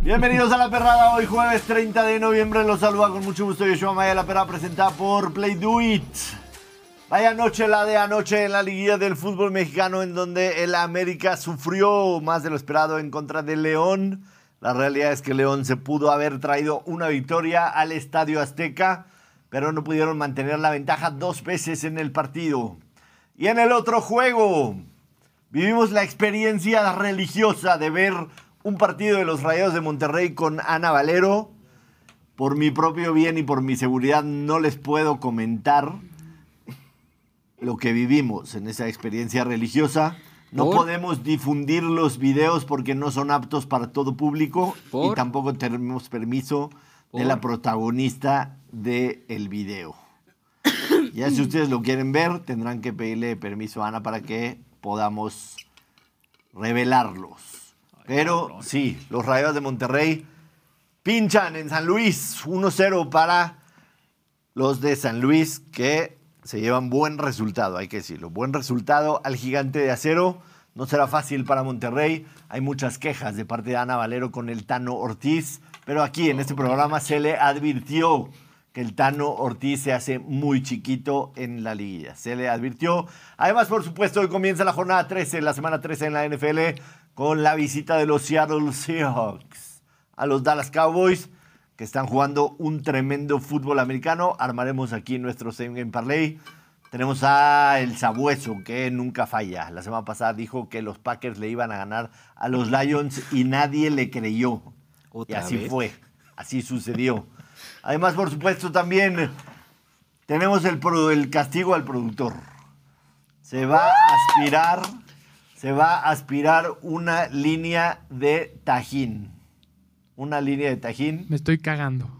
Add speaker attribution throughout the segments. Speaker 1: Bienvenidos a La Perrada, hoy jueves 30 de noviembre. Los saluda con mucho gusto Yeshua Maya La Perrada, presentada por Play Do It. Vaya noche la de anoche en la liguilla del fútbol mexicano, en donde el América sufrió más de lo esperado en contra de León. La realidad es que León se pudo haber traído una victoria al Estadio Azteca, pero no pudieron mantener la ventaja dos veces en el partido. Y en el otro juego, Vivimos la experiencia religiosa de ver un partido de los Rayados de Monterrey con Ana Valero. Por mi propio bien y por mi seguridad no les puedo comentar lo que vivimos en esa experiencia religiosa. No
Speaker 2: ¿Por?
Speaker 1: podemos difundir los videos porque no son aptos para todo público y
Speaker 2: ¿Por?
Speaker 1: tampoco tenemos permiso de
Speaker 2: ¿Por?
Speaker 1: la protagonista del video. Ya si ustedes lo quieren ver, tendrán que pedirle permiso a Ana para que podamos revelarlos. Pero sí, los Rayados de Monterrey pinchan en San Luis 1-0 para los de San Luis que se llevan buen resultado, hay que decirlo. Buen resultado al gigante de acero. No será fácil para Monterrey. Hay muchas quejas de parte de Ana Valero con el Tano Ortiz. Pero aquí en este programa se le advirtió que el Tano Ortiz se hace muy chiquito en la liguilla. Se le advirtió. Además, por supuesto, hoy comienza la jornada 13, la semana 13 en la NFL, con la visita de los Seattle Seahawks a los Dallas Cowboys que están jugando un tremendo fútbol americano. Armaremos aquí nuestro Same Game Parlay. Tenemos a El Sabueso, que nunca falla. La semana pasada dijo que los Packers le iban a ganar a los Lions y nadie le creyó. Y
Speaker 2: ¿Otra
Speaker 1: así
Speaker 2: vez?
Speaker 1: fue, así sucedió. Además, por supuesto, también tenemos el, pro- el castigo al productor. Se va a aspirar, se va a aspirar una línea de tajín. Una línea de tajín.
Speaker 3: Me estoy cagando.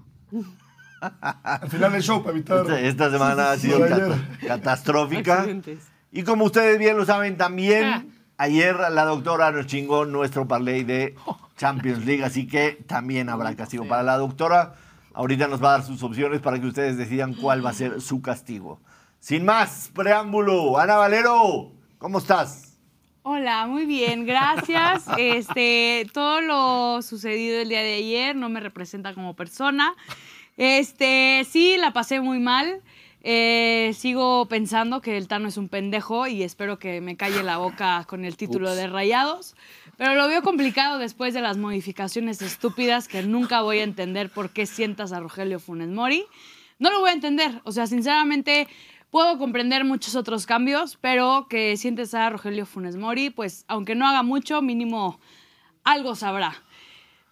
Speaker 4: Al final del show para evitar.
Speaker 1: Esta, esta semana ha
Speaker 4: Sí,
Speaker 1: sido
Speaker 4: sí,
Speaker 1: cat-
Speaker 4: ayer.
Speaker 1: catastrófica.
Speaker 5: Accidentes.
Speaker 1: Y como ustedes bien lo saben también,
Speaker 5: Ah.
Speaker 1: ayer la doctora nos chingó nuestro parlay de Champions League, así que también habrá castigo para la doctora. Ahorita nos va a dar sus opciones para que ustedes decidan cuál va a ser su castigo. Sin más preámbulo, Ana Valero, ¿cómo estás?
Speaker 5: Hola, muy bien, gracias. Este, todo lo sucedido el día de ayer no me representa como persona. Este, sí, la pasé muy mal. Eh, sigo pensando que el Tano es un pendejo y espero que me calle la boca con el título de Rayados. Pero lo veo complicado después de las modificaciones estúpidas que nunca voy a entender por qué sientas a Rogelio Funes Mori. No lo voy a entender. O sea, sinceramente, puedo comprender muchos otros cambios, pero que sientes a Rogelio Funes Mori, pues aunque no haga mucho, mínimo algo sabrá.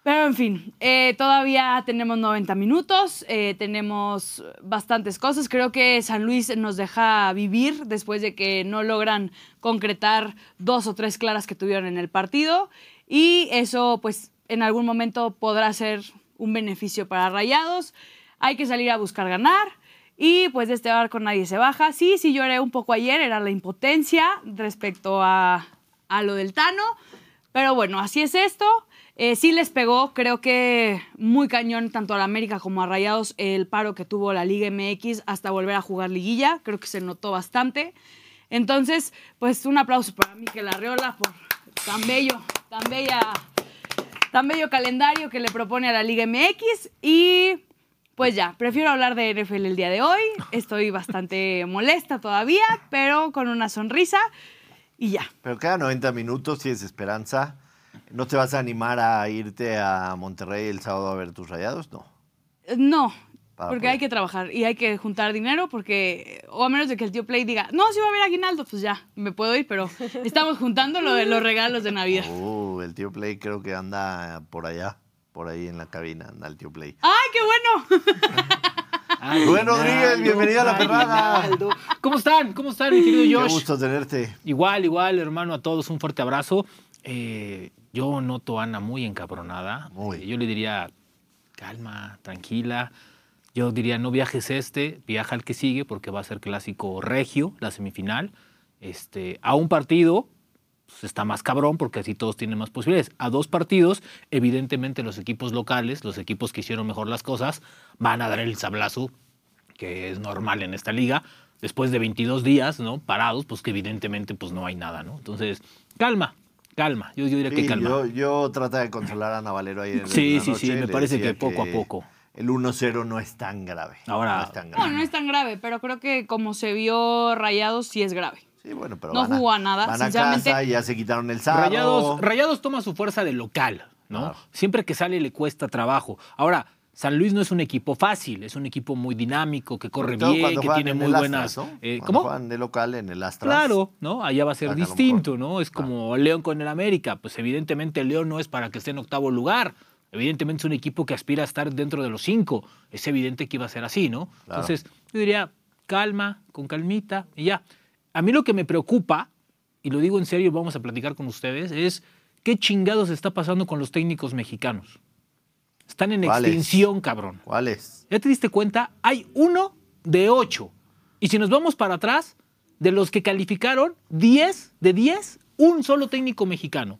Speaker 5: Pero en fin, eh, todavía tenemos 90 minutos, eh, tenemos bastantes cosas. Creo que San Luis nos deja vivir después de que no logran concretar dos o tres claras que tuvieron en el partido. Y eso, pues, en algún momento podrá ser un beneficio para Rayados. Hay que salir a buscar ganar. Y pues de este barco nadie se baja. Sí, sí lloré un poco ayer, era la impotencia respecto a, a lo del Tano. Pero bueno, así es esto. Eh, sí les pegó, creo que muy cañón tanto a la América como a Rayados el paro que tuvo la Liga MX hasta volver a jugar liguilla. Creo que se notó bastante. Entonces, pues un aplauso para Miquel Arriola por tan bello, tan bella, tan bello calendario que le propone a la Liga MX. Y pues ya, prefiero hablar de NFL el día de hoy. Estoy bastante molesta todavía, pero con una sonrisa y ya.
Speaker 1: Pero quedan 90 minutos, tienes esperanza. ¿No te vas a animar a irte a Monterrey el sábado a ver tus rayados? No.
Speaker 5: Eh, No,
Speaker 1: Para
Speaker 5: porque
Speaker 1: poder.
Speaker 5: hay que trabajar y hay que juntar dinero porque, eh, o a menos de que el tío Play diga, no, si va a haber aguinaldo, pues ya, me puedo ir, pero estamos juntando lo de los regalos de Navidad.
Speaker 1: Oh, el tío Play creo que anda por allá, por ahí en la cabina, anda el tío Play.
Speaker 5: ay qué bueno!
Speaker 1: Rubén Rodríguez, bienvenido a La Perrada.
Speaker 2: Aguinaldo. ¿Cómo están? ¿Cómo están, mi querido
Speaker 1: Qué
Speaker 2: Josh?
Speaker 1: gusto tenerte.
Speaker 2: Igual, igual, hermano, a todos un fuerte abrazo. Eh, yo noto a Ana muy encabronada.
Speaker 1: Muy.
Speaker 2: Eh, Yo le diría, calma, tranquila. Yo diría, no viajes este, viaja al que sigue, porque va a ser clásico regio, la semifinal. Este, a un partido pues, está más cabrón, porque así todos tienen más posibilidades. A dos partidos, evidentemente los equipos locales, los equipos que hicieron mejor las cosas, van a dar el sablazo que es normal en esta liga, después de 22 días, ¿no? Parados, pues que evidentemente pues no hay nada, ¿no? Entonces, calma, Calma, yo, yo diría
Speaker 1: Sí,
Speaker 2: que calma.
Speaker 1: Yo, yo trataba de consolar a Ana Valero ahí en
Speaker 2: Sí,
Speaker 1: la
Speaker 2: sí, sí,
Speaker 1: noche,
Speaker 2: me
Speaker 1: le
Speaker 2: parece
Speaker 1: decía
Speaker 2: que poco a poco.
Speaker 1: El 1-0 no es tan grave.
Speaker 2: Ahora-
Speaker 1: No es tan
Speaker 5: No,
Speaker 1: grave.
Speaker 5: no es tan grave, pero creo que como se vio rayado, sí es grave.
Speaker 1: Sí, bueno, pero
Speaker 5: no
Speaker 1: van a,
Speaker 5: jugó a nada,
Speaker 1: Van a
Speaker 5: sinceramente.
Speaker 1: casa y ya se quitaron el sábado.
Speaker 2: Rayados, Rayados toma su fuerza de local, ¿no?
Speaker 1: Claro.
Speaker 2: Siempre que sale le cuesta trabajo. Ahora, San Luis no es un equipo fácil, es un equipo muy dinámico, que corre
Speaker 1: Sobre todo
Speaker 2: bien,
Speaker 1: cuando
Speaker 2: que
Speaker 1: juegan
Speaker 2: tiene
Speaker 1: en
Speaker 2: muy
Speaker 1: el Astras,
Speaker 2: buenas.
Speaker 1: ¿no?
Speaker 2: eh,
Speaker 1: Cuando
Speaker 2: ¿Cómo?
Speaker 1: juegan de local en el Astras.
Speaker 2: Claro, ¿no? Allá va a ser
Speaker 1: Sacan un
Speaker 2: distinto,
Speaker 1: corte.
Speaker 2: ¿no? Es como León con el América. Pues evidentemente León no es para que esté en octavo lugar. Evidentemente es un equipo que aspira a estar dentro de los cinco. Es evidente que iba a ser así, ¿no?
Speaker 1: Claro.
Speaker 2: Entonces, yo diría, calma, con calmita y ya. A mí lo que me preocupa, y lo digo en serio, vamos a platicar con ustedes, es qué chingados está pasando con los técnicos mexicanos. Están en
Speaker 1: ¿Cuáles?
Speaker 2: extinción, cabrón.
Speaker 1: ¿Cuál es?
Speaker 2: ¿Ya te diste cuenta? Hay uno de ocho. Y si nos vamos para atrás, de los que calificaron, 10 de 10, un solo técnico mexicano.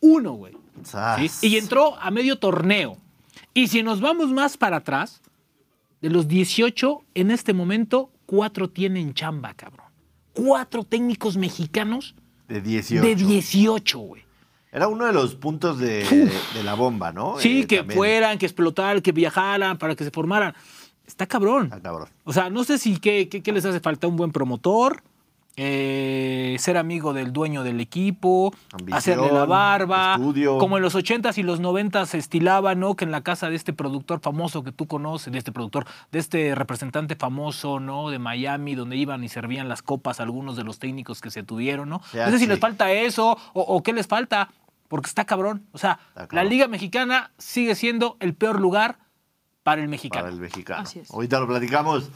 Speaker 2: Uno, güey. ¿Sí?
Speaker 1: Sas.
Speaker 2: Y entró a medio torneo. Y si nos vamos más para atrás, de los 18, en este momento, cuatro tienen chamba, cabrón. Cuatro técnicos mexicanos
Speaker 1: De 18.
Speaker 2: de 18, güey.
Speaker 1: Era uno de los puntos de, de la bomba, ¿no?
Speaker 2: Sí,
Speaker 1: Eh,
Speaker 2: que
Speaker 1: también.
Speaker 2: fueran, que explotaran, que viajaran, para que se formaran. Está cabrón.
Speaker 1: Ah, cabrón.
Speaker 2: O sea, no sé si qué, qué- qué les hace falta un buen promotor, eh, ser amigo del dueño del equipo,
Speaker 1: Ambición,
Speaker 2: hacerle la barba,
Speaker 1: estudio.
Speaker 2: como en los 80s y los 90s se estilaba, ¿no? Que en la casa de este productor famoso que tú conoces, de este productor, de este representante famoso, ¿no? De Miami, donde iban y servían las copas algunos de los técnicos que se tuvieron, ¿no?
Speaker 1: Ya,
Speaker 2: no sé si
Speaker 1: sí.
Speaker 2: les falta eso o, o qué les falta, porque está cabrón. O sea,
Speaker 1: Está
Speaker 2: la
Speaker 1: cabrón.
Speaker 2: Liga Mexicana sigue siendo el peor lugar para el mexicano.
Speaker 1: Para el mexicano.
Speaker 5: Así es.
Speaker 1: Ahorita lo platicamos.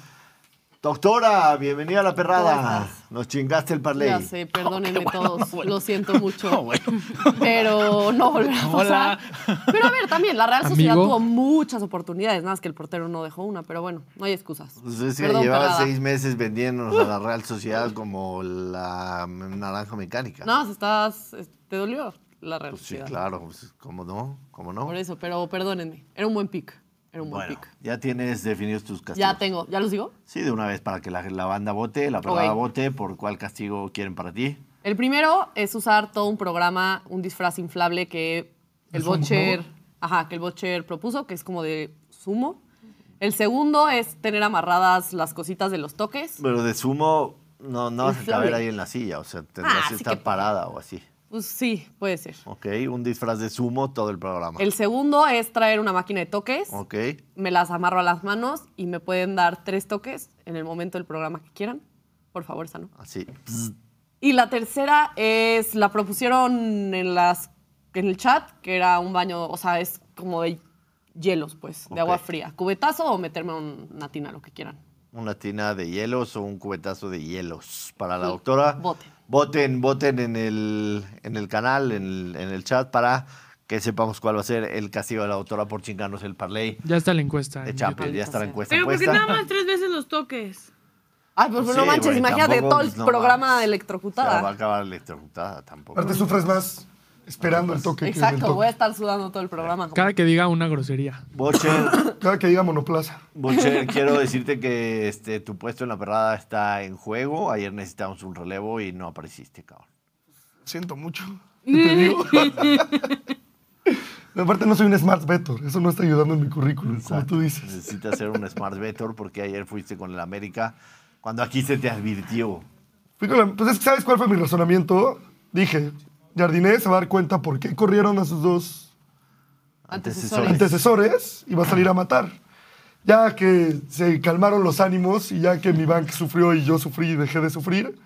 Speaker 1: Doctora, bienvenida a la
Speaker 3: ¿Cómo
Speaker 1: perrada.
Speaker 3: estás?
Speaker 1: Nos chingaste el parlay.
Speaker 3: Ya sé, perdónenme
Speaker 2: Oh, qué bueno,
Speaker 3: todos.
Speaker 2: no, bueno.
Speaker 3: Lo siento mucho.
Speaker 1: Oh,
Speaker 2: No, bueno.
Speaker 3: Pero no volverá a
Speaker 2: Hola.
Speaker 3: pasar. Pero a ver, también, la Real Sociedad
Speaker 6: Amigo.
Speaker 3: tuvo muchas oportunidades. Nada más que el portero no dejó una, pero bueno, no hay excusas.
Speaker 1: Pues es que
Speaker 3: Perdón,
Speaker 1: llevaba
Speaker 3: perrada. Uh.
Speaker 1: seis meses vendiéndonos a la Real Sociedad como la naranja mecánica.
Speaker 3: Nada más estás. es- ¿Te dolió la Real
Speaker 1: Pues sí,
Speaker 3: Sociedad?
Speaker 1: claro. pues, ¿Cómo no? ¿Cómo no?
Speaker 3: Por eso, pero perdónenme. Era un buen pick. Era un buen
Speaker 1: Bueno,
Speaker 3: pick.
Speaker 1: ya tienes definidos tus castigos.
Speaker 3: Ya tengo. ¿Ya los digo?
Speaker 1: Sí, de una vez para que la, la banda vote, la perrada
Speaker 3: Ok.
Speaker 1: vote por cuál castigo quieren para ti.
Speaker 3: El primero es usar todo un programa, un disfraz inflable que el
Speaker 6: ¿Es un
Speaker 3: Butcher,
Speaker 6: globo?
Speaker 3: ajá, que el Butcher propuso, que es como de sumo. El segundo es tener amarradas las cositas de los toques.
Speaker 1: Pero de sumo, no, no vas a
Speaker 3: Inflable.
Speaker 1: caber ahí en la silla. O sea, tendrás
Speaker 3: Ah,
Speaker 1: que
Speaker 3: sí
Speaker 1: estar
Speaker 3: que-
Speaker 1: parada o así.
Speaker 3: Pues sí, puede ser.
Speaker 1: Ok, un disfraz de sumo todo el programa.
Speaker 3: El segundo es traer una máquina de toques.
Speaker 1: Ok,
Speaker 3: Me las amarro a las manos y me pueden dar tres toques en el momento del programa que quieran. Por favor, esa no.
Speaker 1: así.
Speaker 3: Y la tercera es, la propusieron en, las, en el chat, que era un baño, o sea, es como de hielos, pues, de agua
Speaker 1: Ok.
Speaker 3: fría. Cubetazo o meterme un- una tina, lo que quieran.
Speaker 1: Una tina de hielos o un cubetazo de hielos para la doctora.
Speaker 3: voten.
Speaker 1: Voten, voten en el, en el canal, en el, en el chat, para que sepamos cuál va a ser el castigo de la doctora por chingarnos el parlay
Speaker 6: Ya está la encuesta.
Speaker 1: de
Speaker 6: en
Speaker 1: Champions. Ya
Speaker 3: Maldita
Speaker 1: está la
Speaker 3: sea.
Speaker 1: encuesta
Speaker 5: Pero porque
Speaker 1: puesta.
Speaker 5: nada más tres veces los toques.
Speaker 3: Ay, pues
Speaker 1: Sí,
Speaker 3: no manches,
Speaker 1: güey,
Speaker 3: imagínate
Speaker 1: tampoco,
Speaker 3: todo el
Speaker 1: pues, no
Speaker 3: programa
Speaker 1: mames. O
Speaker 3: de
Speaker 1: sea, va a
Speaker 3: electrocutada.
Speaker 1: acabar electrocutada tampoco.
Speaker 4: Aparte sufres más esperando el toque. que en el
Speaker 3: Exacto,
Speaker 4: toque.
Speaker 3: voy a estar sudando todo el programa.
Speaker 6: YouTube. Cada que diga una grosería.
Speaker 1: Bocher,
Speaker 4: Cada que diga monoplaza.
Speaker 1: Bocher, quiero decirte que este, tu puesto en la perrada está en juego. Ayer necesitamos un relevo y no apareciste, cabrón.
Speaker 4: Siento mucho. Te digo. Aparte no soy un smart better. Eso no está ayudando en mi currículum, como tú dices.
Speaker 1: Necesitas ser un smart vetor porque ayer fuiste con el América cuando aquí se te advirtió.
Speaker 4: Fui con la- pues es que, ¿sabes cuál fue mi razonamiento? Dije, Jardiné se va a dar cuenta por qué corrieron a sus dos
Speaker 1: Antecesores.
Speaker 4: antecesores y va a salir a matar. Ya que se calmaron los ánimos y ya que mi bank sufrió y yo sufrí y dejé de sufrir,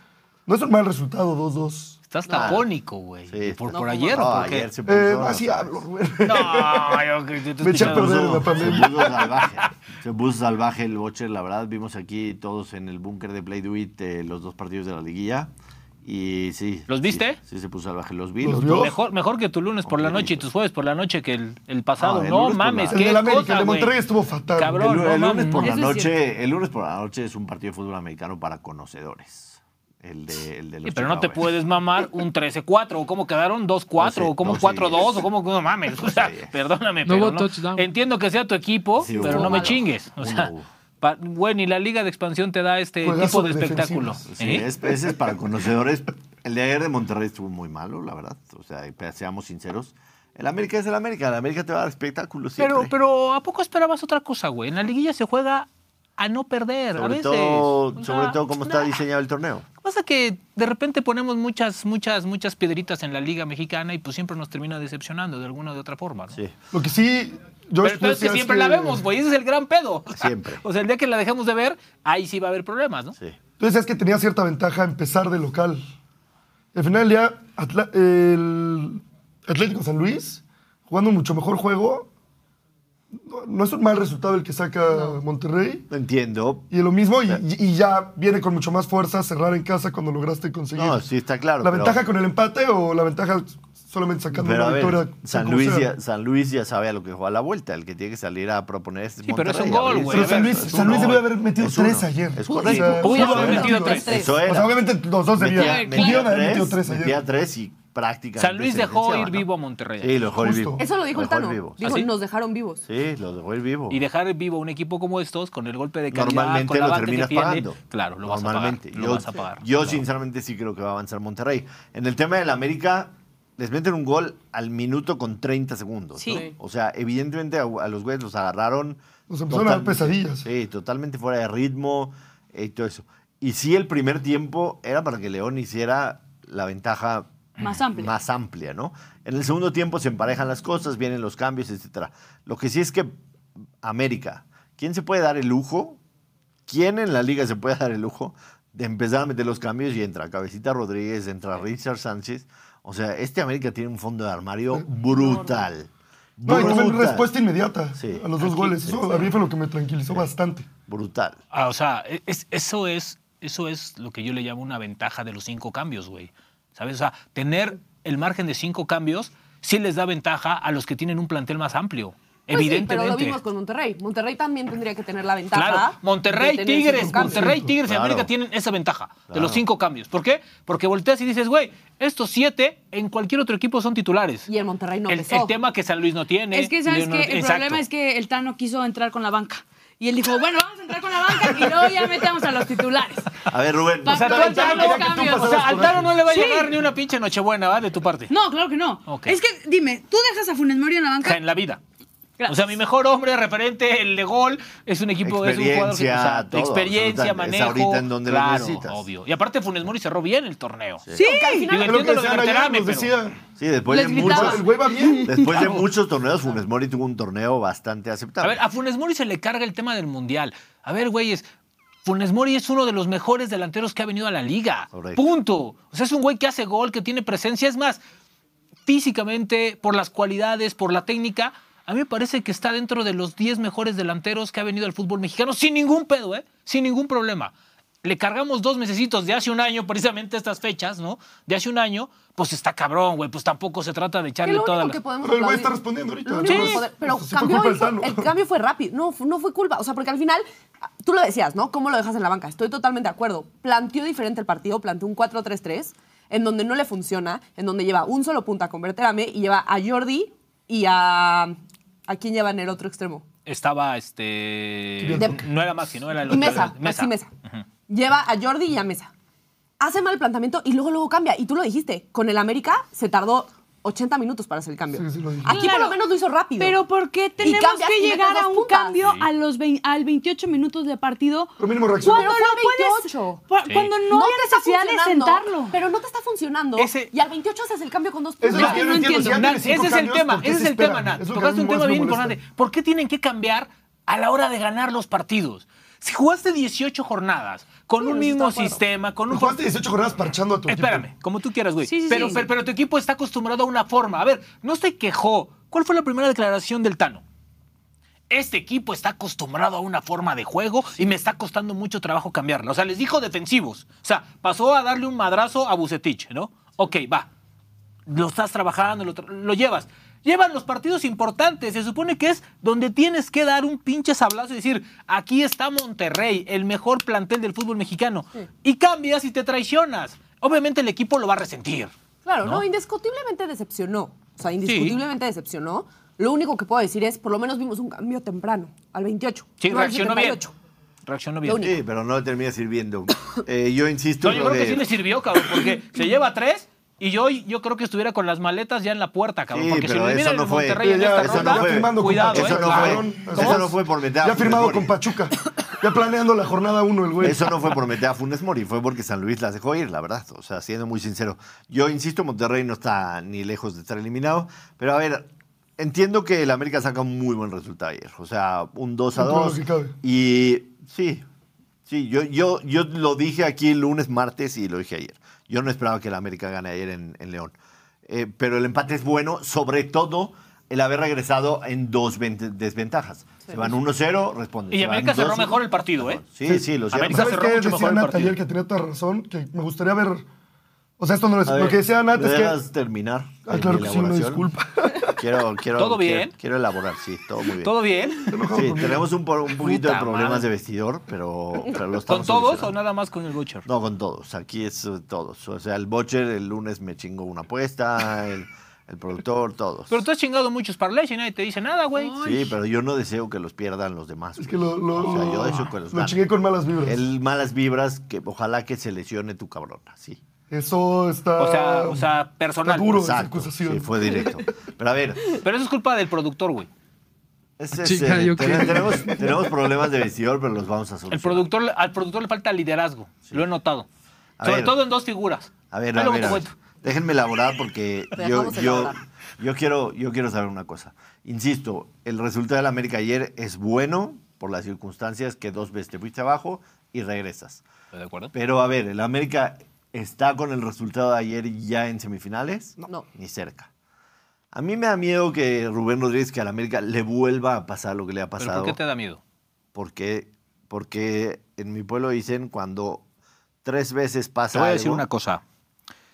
Speaker 4: no es un mal resultado 2-2.
Speaker 2: Estás tapónico, güey.
Speaker 1: Sí,
Speaker 2: por
Speaker 1: está-
Speaker 2: por
Speaker 3: No,
Speaker 2: ayer,
Speaker 1: No,
Speaker 2: ¿o por qué?
Speaker 1: ayer se puso.
Speaker 4: Eh, así
Speaker 1: se
Speaker 4: hablo, Rubén.
Speaker 2: No, yo que yo te
Speaker 4: Me eché a
Speaker 2: escuchaba.
Speaker 4: perder en
Speaker 1: puso-
Speaker 4: la pandemia.
Speaker 1: Se puso salvaje. Se puso salvaje el Bocher, la verdad. Vimos aquí todos en el búnker de Play Do It eh, los dos partidos de la liguilla. Y sí.
Speaker 2: ¿Los
Speaker 1: sí,
Speaker 2: viste?
Speaker 1: Sí, se puso salvaje. Los vi.
Speaker 4: ¿Los
Speaker 1: los
Speaker 4: vio?
Speaker 1: vi.
Speaker 2: Mejor, mejor que tu lunes por la noche y tus jueves por la noche que el, el pasado.
Speaker 1: pues. Ah, el
Speaker 2: no
Speaker 1: lunes por la-
Speaker 2: mames,
Speaker 1: El
Speaker 4: de
Speaker 2: qué
Speaker 4: la América, el
Speaker 2: cosa,
Speaker 4: de
Speaker 2: güey.
Speaker 4: Monterrey estuvo fatal.
Speaker 2: Cabrón,
Speaker 1: El, el
Speaker 2: no
Speaker 1: lunes
Speaker 2: mames.
Speaker 1: por la
Speaker 5: Eso es
Speaker 1: noche, el lunes por la noche es un partido de fútbol americano para conocedores. El de, el de los
Speaker 2: Sí, pero no te
Speaker 1: Chicago Bears.
Speaker 2: puedes mamar un 13-4, o cómo quedaron 2-4,
Speaker 1: No sé,
Speaker 2: o cómo
Speaker 1: no sé.
Speaker 2: 4-2, o cómo no mames. O sea,
Speaker 1: sé.
Speaker 2: perdóname,
Speaker 6: No
Speaker 2: pero
Speaker 6: hubo
Speaker 2: no-
Speaker 6: touchdown.
Speaker 2: entiendo que sea tu equipo,
Speaker 1: Sí,
Speaker 2: pero
Speaker 1: hubo
Speaker 2: no me
Speaker 1: uno.
Speaker 2: chingues. O
Speaker 1: Uno
Speaker 2: sea, ¿eh?
Speaker 1: hubo.
Speaker 2: pa- bueno, y la Liga de Expansión te da este
Speaker 4: Juegazo
Speaker 2: tipo de
Speaker 4: de
Speaker 2: espectáculo.
Speaker 4: defensivas.
Speaker 1: Sí,
Speaker 2: ¿eh?
Speaker 1: es, ese es para conocedores El de ayer de Monterrey estuvo muy malo, la verdad. O sea, y seamos sinceros. El América es el América. El América te va a dar espectáculos siempre.
Speaker 2: Pero, pero ¿a poco esperabas otra cosa, güey? En la liguilla se juega a no perder, a
Speaker 1: sobre,
Speaker 2: veces.
Speaker 1: todo, sobre
Speaker 2: O sea,
Speaker 1: todo cómo está
Speaker 2: nah.
Speaker 1: diseñado el torneo.
Speaker 2: Pasa que de repente ponemos muchas, muchas, muchas piedritas en la Liga Mexicana y pues siempre nos termina decepcionando de alguna u otra forma, ¿no?
Speaker 1: Sí,
Speaker 4: Lo que sí, yo
Speaker 2: Pero, pero es que siempre la vemos, güey. Ese es el gran pedo.
Speaker 1: Siempre.
Speaker 2: o sea, el día que la dejemos de ver, ahí sí va a haber problemas, ¿no?
Speaker 1: sí.
Speaker 4: Tú decías que tenía cierta ventaja empezar de local. Al final del día, Atla- el Atlético San Luis, jugando un mucho mejor juego, no, no es un mal resultado el que saca Monterrey.
Speaker 1: Entiendo.
Speaker 4: Y lo mismo, y, y ya viene con mucho más fuerza cerrar en casa cuando lograste conseguir.
Speaker 1: No, sí, está claro.
Speaker 4: ¿La
Speaker 1: pero-
Speaker 4: ventaja con el empate o la ventaja solamente sacando
Speaker 1: Pero a
Speaker 4: una
Speaker 1: ver,
Speaker 4: victoria? sea
Speaker 1: San
Speaker 4: como
Speaker 1: Luis,
Speaker 4: sea?
Speaker 1: ya, San Luis ya sabe a lo que juega la vuelta. El que tiene que salir a proponer es
Speaker 2: Sí, pero es
Speaker 1: Monterrey,
Speaker 2: un gol,
Speaker 1: abrirse.
Speaker 2: güey.
Speaker 4: Pero
Speaker 2: a
Speaker 4: San
Speaker 2: ver,
Speaker 4: Luis,
Speaker 2: es
Speaker 4: San Luis
Speaker 1: uno.
Speaker 4: debió haber metido
Speaker 1: Es
Speaker 4: tres
Speaker 1: uno.
Speaker 4: ayer.
Speaker 1: Es
Speaker 4: O
Speaker 1: correcto.
Speaker 4: sea,
Speaker 2: Pudo
Speaker 4: sí,
Speaker 2: haber
Speaker 4: obviamente,
Speaker 2: metido tres.
Speaker 1: Eso
Speaker 4: O
Speaker 1: era.
Speaker 4: sea, obviamente los dos
Speaker 1: metía,
Speaker 4: debían. Debieron haber metido
Speaker 1: tres,
Speaker 4: tres ayer.
Speaker 1: metía tres y prácticamente.
Speaker 2: San Luis
Speaker 1: se
Speaker 2: dejó
Speaker 1: sentenciaba,
Speaker 2: ir
Speaker 1: ¿no?
Speaker 2: vivo a Monterrey.
Speaker 1: Sí, lo dejó ir
Speaker 4: Justo.
Speaker 1: vivo.
Speaker 3: Eso lo dijo el
Speaker 1: dejó ir
Speaker 3: Tano.
Speaker 1: vivo.
Speaker 3: Dijo,
Speaker 2: ¿Ah, sí?
Speaker 3: nos dejaron vivos. Pues
Speaker 1: Sí, lo dejó ir vivo.
Speaker 2: Y dejar vivo a un equipo como estos con el golpe de calidad,
Speaker 1: Normalmente
Speaker 2: con la
Speaker 1: lo
Speaker 2: banca que
Speaker 1: terminas
Speaker 2: tiene,
Speaker 1: pagando.
Speaker 2: Claro, lo
Speaker 1: Normalmente.
Speaker 2: vas a pagar. Lo
Speaker 1: yo,
Speaker 2: vas a pagar.
Speaker 1: Yo
Speaker 2: claro.
Speaker 1: sinceramente sí creo que va a avanzar Monterrey. En el tema del América, les meten un gol al minuto con 30 segundos.
Speaker 5: Sí.
Speaker 1: ¿no? O sea, evidentemente a, a los güeyes los agarraron.
Speaker 4: Nos empezaron a dar
Speaker 1: total-
Speaker 4: pesadillas.
Speaker 1: Sí, totalmente fuera de ritmo eh, y todo eso. Y sí, el primer tiempo era para que León hiciera la ventaja
Speaker 5: Más amplia.
Speaker 1: más amplia, ¿no? En el segundo tiempo se emparejan las cosas, vienen los cambios, etcétera. Lo que sí es que América, ¿quién se puede dar el lujo? ¿Quién en la liga se puede dar el lujo de empezar a meter los cambios y entra Cabecita Rodríguez, entra Richard Sánchez? O sea, este América tiene un fondo de armario brutal.
Speaker 4: Eh, No, y también
Speaker 1: Brutal.
Speaker 4: respuesta inmediata
Speaker 1: Sí.
Speaker 4: a los dos
Speaker 1: Aquí,
Speaker 4: goles.
Speaker 1: sí.
Speaker 4: Eso a mí fue lo que me tranquilizó bastante.
Speaker 1: Brutal.
Speaker 2: Ah, o sea, es- eso, es, eso es lo que yo le llamo una ventaja de los cinco cambios, güey. ¿Sabes? O sea, tener el margen de cinco cambios sí les da ventaja a los que tienen un plantel más amplio.
Speaker 3: Pues sí,
Speaker 2: evidentemente.
Speaker 3: pero lo vimos con Monterrey. Monterrey también tendría que tener la ventaja.
Speaker 2: Claro, Monterrey,
Speaker 3: de tener
Speaker 2: Tigres,
Speaker 3: cinco cambios.
Speaker 2: Monterrey, Tigres y
Speaker 1: Claro.
Speaker 2: América tienen esa ventaja de
Speaker 1: Claro.
Speaker 2: los cinco cambios. ¿Por qué? Porque volteas y dices, güey, estos siete en cualquier otro equipo son titulares.
Speaker 3: Y el Monterrey no
Speaker 2: el,
Speaker 3: pesó.
Speaker 2: el tema que San Luis no tiene.
Speaker 5: Es que, ¿sabes
Speaker 2: León
Speaker 5: qué?
Speaker 2: no-
Speaker 5: El
Speaker 2: Exacto.
Speaker 5: problema es que el Tano quiso entrar con la banca. Y él dijo, bueno, vamos a entrar con la banca y luego ya metemos a los titulares.
Speaker 1: A ver, Rubén.
Speaker 5: O
Speaker 2: O sea, tú
Speaker 5: Pero
Speaker 2: al Tano-
Speaker 5: ya los cambios.
Speaker 2: o sea, al Tano no le va a
Speaker 5: Sí.
Speaker 2: llegar ni una pinche nochebuena, ¿va? De tu parte.
Speaker 5: No, claro que no.
Speaker 2: Ok.
Speaker 5: Es que, dime, ¿tú dejas a Funes Mori en la
Speaker 2: O sea,
Speaker 5: banca?
Speaker 2: en la vida.
Speaker 5: Gracias.
Speaker 2: O sea, mi mejor hombre referente, el de gol, es un equipo, es un jugador que, o sea,
Speaker 1: Experiencia, todo,
Speaker 2: experiencia,
Speaker 1: absolutamente. Es
Speaker 2: manejo.
Speaker 1: ahorita en donde lo
Speaker 2: claro,
Speaker 1: necesitas.
Speaker 2: obvio. Y aparte Funes Mori cerró bien el torneo.
Speaker 5: Sí.
Speaker 2: Digo,
Speaker 4: Es lo
Speaker 2: entiendo
Speaker 4: que
Speaker 2: lo de
Speaker 4: decían ayer,
Speaker 2: Berterame,
Speaker 4: nos
Speaker 2: pero-
Speaker 4: decían,
Speaker 1: Sí, después
Speaker 5: Les
Speaker 1: de
Speaker 5: gritaba.
Speaker 1: muchos,
Speaker 4: el güey va bien.
Speaker 1: después de muchos torneos, Funes Mori tuvo un torneo bastante
Speaker 2: A
Speaker 1: aceptable.
Speaker 2: ver, ah, a Funes Mori se le carga el tema del Mundial. A ver, güeyes, Funes Mori es uno de los mejores delanteros que ha venido a la liga.
Speaker 1: Correcto.
Speaker 2: Punto. O sea, es un güey que hace gol, que tiene presencia. Es más, físicamente, por las cualidades, por la técnica, a mí me parece que está dentro de los 10 mejores delanteros que ha venido al fútbol mexicano sin ningún pedo, ¿eh? Sin ningún problema. Le cargamos dos mesecitos de hace un año, precisamente estas fechas, ¿no? De hace un año, pues está cabrón, güey. Pues tampoco se trata de
Speaker 3: Que
Speaker 2: echarle
Speaker 3: lo
Speaker 2: toda
Speaker 3: único
Speaker 2: la...
Speaker 3: que podemos
Speaker 4: Pero el güey
Speaker 3: aplaudir-
Speaker 4: está respondiendo ahorita.
Speaker 3: lo único que
Speaker 2: Sí.
Speaker 3: poder- pero
Speaker 4: Eso fue
Speaker 3: cambió
Speaker 4: culpa
Speaker 3: el,
Speaker 4: del Tano.
Speaker 3: el cambio fue rápido. No, fu- no fue culpa. O sea, porque al final, ah, tú lo decías, ¿no? ¿Cómo lo dejas en la banca? Estoy totalmente de acuerdo. Planteó diferente el partido, planteó un 4-3-3, en donde no le funciona, en donde lleva un solo punta con Berterame y lleva a Jordi y a. ¿A quién lleva en el otro extremo?
Speaker 2: Estaba, este...
Speaker 4: Kirilenko.
Speaker 2: No era Maxi, no era
Speaker 5: Ah,
Speaker 2: el
Speaker 3: Y
Speaker 2: otro.
Speaker 3: Mesa,
Speaker 2: era-
Speaker 3: Maxi Mesa. Lleva a Jordi y a Mesa. Hace mal el planteamiento y luego luego cambia. Y tú lo dijiste, con el América se tardó 80 minutos para hacer el cambio.
Speaker 4: Sí, sí, lo dije.
Speaker 3: Aquí por
Speaker 5: Claro.
Speaker 3: lo menos lo hizo rápido.
Speaker 5: Pero ¿por qué tenemos
Speaker 3: cambias
Speaker 5: que
Speaker 3: y metes
Speaker 5: llegar
Speaker 3: dos
Speaker 5: a un
Speaker 3: puntas?
Speaker 5: cambio a los vein- al 28 minutos de partido?
Speaker 4: Pero mínimo reacciona.
Speaker 5: Cuando
Speaker 3: Pero
Speaker 5: lo
Speaker 3: fue
Speaker 5: puedes,
Speaker 3: 28.
Speaker 5: por-
Speaker 2: Sí.
Speaker 5: cuando no, hay
Speaker 3: te está
Speaker 5: necesidad de
Speaker 3: funcionando,
Speaker 5: sentarlo.
Speaker 3: Pero no te está funcionando.
Speaker 2: Ese-
Speaker 3: Y al 28 haces el cambio con dos
Speaker 4: Eso es lo
Speaker 3: puntas.
Speaker 4: que yo
Speaker 5: no
Speaker 4: no entiendo.
Speaker 5: entiendo.
Speaker 4: Si ya
Speaker 2: Nat,
Speaker 4: tienes
Speaker 2: ese
Speaker 4: cinco
Speaker 2: es el
Speaker 4: cambios,
Speaker 2: tema,
Speaker 4: ¿por qué
Speaker 2: ese es
Speaker 4: se
Speaker 2: el
Speaker 4: espera?
Speaker 2: tema, Nat.
Speaker 4: Es lo que a
Speaker 2: Tocaste
Speaker 4: mí
Speaker 2: un
Speaker 4: más
Speaker 2: tema
Speaker 4: me
Speaker 2: bien
Speaker 4: molesta.
Speaker 2: importante. ¿Por qué tienen que cambiar a la hora de ganar los partidos? Si jugaste 18 jornadas con un mismo sistema, con un...
Speaker 4: Jugaste 18 jornadas parchando a tu equipo.
Speaker 2: Espérame, como tú quieras, güey.
Speaker 5: Sí, sí,
Speaker 2: pero,
Speaker 5: sí.
Speaker 2: pero, pero tu equipo está acostumbrado a una forma. A ver, no se quejó. ¿Cuál fue la primera declaración del Tano? Este equipo está acostumbrado a una forma de juego y me está costando mucho trabajo cambiarla. O sea, les dijo defensivos. O sea, pasó a darle un madrazo a Bucetich, ¿no? Ok, va. Lo estás trabajando, lo, tra- lo llevas. Llevan los partidos importantes. Se supone que es donde tienes que dar un pinche sablazo y decir, aquí está Monterrey, el mejor plantel del fútbol mexicano. Y cambias y te traicionas. Obviamente el equipo lo va a resentir.
Speaker 3: Claro, no,
Speaker 2: ¿No?
Speaker 3: indiscutiblemente decepcionó. O sea, indiscutiblemente decepcionó. Lo único que puedo decir es, por lo menos vimos un cambio temprano, al 28.
Speaker 2: Sí,
Speaker 3: no al
Speaker 2: reaccionó bien.
Speaker 3: 78.
Speaker 2: Reaccionó
Speaker 3: Lo
Speaker 2: bien.
Speaker 3: único.
Speaker 1: Sí, pero no le termina sirviendo. Eh, yo insisto
Speaker 2: No,
Speaker 1: en
Speaker 2: yo
Speaker 1: lo
Speaker 2: creo
Speaker 1: de...
Speaker 2: que sí le sirvió, cabrón, porque se lleva tres y yo, yo creo que estuviera con las maletas ya en la puerta, cabrón.
Speaker 1: Sí,
Speaker 2: porque si
Speaker 1: pero
Speaker 2: lo
Speaker 1: eso
Speaker 2: eliminan
Speaker 1: no
Speaker 2: en
Speaker 1: fue.
Speaker 2: Monterrey en
Speaker 1: Sí,
Speaker 2: esta
Speaker 1: eso
Speaker 2: ronda,
Speaker 1: no fue.
Speaker 4: firmando
Speaker 2: cuidado,
Speaker 4: con
Speaker 1: Eso
Speaker 2: eh,
Speaker 1: no fue.
Speaker 2: cabrón.
Speaker 1: Eso
Speaker 2: ¿Cómo?
Speaker 1: no fue por meter a
Speaker 4: Ya
Speaker 1: Funes
Speaker 4: firmado
Speaker 1: Mori.
Speaker 4: con Pachuca. Ya planeando la jornada uno el güey.
Speaker 1: Eso no fue por meter a Funes Mori, fue porque San Luis las dejó ir, la verdad. O sea, siendo muy sincero. Yo insisto, Monterrey no está ni lejos de estar eliminado. Pero a ver, entiendo que el América saca un muy buen resultado ayer. O sea, un 2 a
Speaker 4: Dentro de lo
Speaker 1: 2.
Speaker 4: que cabe.
Speaker 1: Y sí, sí, yo, yo, yo lo dije aquí el lunes, martes y lo dije ayer. Yo no esperaba que el América gane ayer en, en León. Eh, pero el empate es bueno, sobre todo el haber regresado en dos ven- desventajas. Se van 1-0, responden.
Speaker 2: Y
Speaker 1: Se van
Speaker 2: América cerró
Speaker 1: 2-1.
Speaker 2: mejor el partido, ¿eh?
Speaker 1: Sí, sí, lo cierto.
Speaker 2: América
Speaker 4: ¿Sabes
Speaker 2: cerró
Speaker 4: qué
Speaker 2: mucho mejor
Speaker 4: decía
Speaker 2: el
Speaker 4: Nat
Speaker 2: partido.
Speaker 4: ayer que tenía toda razón? Que me gustaría ver. O sea, esto no es.
Speaker 1: A
Speaker 4: Lo
Speaker 1: ver,
Speaker 4: que decía Nat
Speaker 1: ¿me
Speaker 4: es que.
Speaker 1: dejas terminar?
Speaker 4: Ah,
Speaker 1: mi
Speaker 4: claro que sí, una
Speaker 1: elaboración?
Speaker 4: disculpa.
Speaker 1: Quiero, quiero,
Speaker 2: ¿Todo
Speaker 1: quiero-
Speaker 2: bien?
Speaker 1: Quiero, elaborar, sí, todo muy bien.
Speaker 2: ¿Todo bien?
Speaker 1: Sí, tenemos un, po- un poquito
Speaker 2: Puta
Speaker 1: de problemas
Speaker 2: madre.
Speaker 1: de vestidor, pero, pero lo
Speaker 2: ¿Con
Speaker 1: estamos
Speaker 2: todos o
Speaker 1: solucionando.
Speaker 2: nada más con el Butcher?
Speaker 1: No, con todos. Aquí es eh, todos. O sea, el Bocher el lunes me chingó una apuesta, el, el productor, todos.
Speaker 2: Pero tú has chingado muchos parlays y nadie te dice nada, güey.
Speaker 1: Sí, pero yo no deseo que los pierdan los demás.
Speaker 4: Es que lo. lo-
Speaker 1: O sea, yo deseo que los
Speaker 4: lo
Speaker 1: gane.
Speaker 4: chingué con malas vibras.
Speaker 1: El malas vibras, que ojalá que se lesione tu cabrón, sí.
Speaker 4: Eso está.
Speaker 2: O sea, o sea, personal.
Speaker 4: Está duro. esa
Speaker 1: Exacto,
Speaker 4: acusación.
Speaker 1: sí, fue directo. Pero a ver,
Speaker 2: Pero eso es culpa del productor, güey. Ah,
Speaker 1: Es- es,
Speaker 6: Chica,
Speaker 1: eh,
Speaker 6: ¿yo
Speaker 1: ten-
Speaker 6: qué?
Speaker 1: tenemos, tenemos problemas de vestidor, pero los vamos a
Speaker 2: El
Speaker 1: solucionar.
Speaker 2: productor, al productor le falta liderazgo. Lo he notado.
Speaker 1: A
Speaker 2: Sobre
Speaker 1: ver.
Speaker 2: todo en dos figuras.
Speaker 1: A ver,
Speaker 2: Ahí
Speaker 1: a
Speaker 2: luego
Speaker 1: ver,
Speaker 2: te
Speaker 1: a ver.
Speaker 2: cuento.
Speaker 1: Déjenme elaborar porque
Speaker 3: Te
Speaker 1: yo,
Speaker 3: dejamos
Speaker 1: yo,
Speaker 3: elaborar.
Speaker 1: yo, quiero, yo quiero saber una cosa. Insisto, el resultado del América ayer es bueno por las circunstancias que dos veces te fuiste abajo y regresas.
Speaker 2: ¿Estoy de acuerdo?
Speaker 1: Pero a ver, el América está con el resultado de ayer ya en semifinales,
Speaker 3: No.
Speaker 1: ni cerca. A mí me da miedo que Rubén Rodríguez, que al América le vuelva a pasar lo que le ha
Speaker 2: ¿Pero
Speaker 1: pasado.
Speaker 2: por qué te da miedo?
Speaker 1: porque porque en mi pueblo dicen cuando tres veces pasa
Speaker 2: Te voy a decir
Speaker 1: algo-
Speaker 2: una cosa.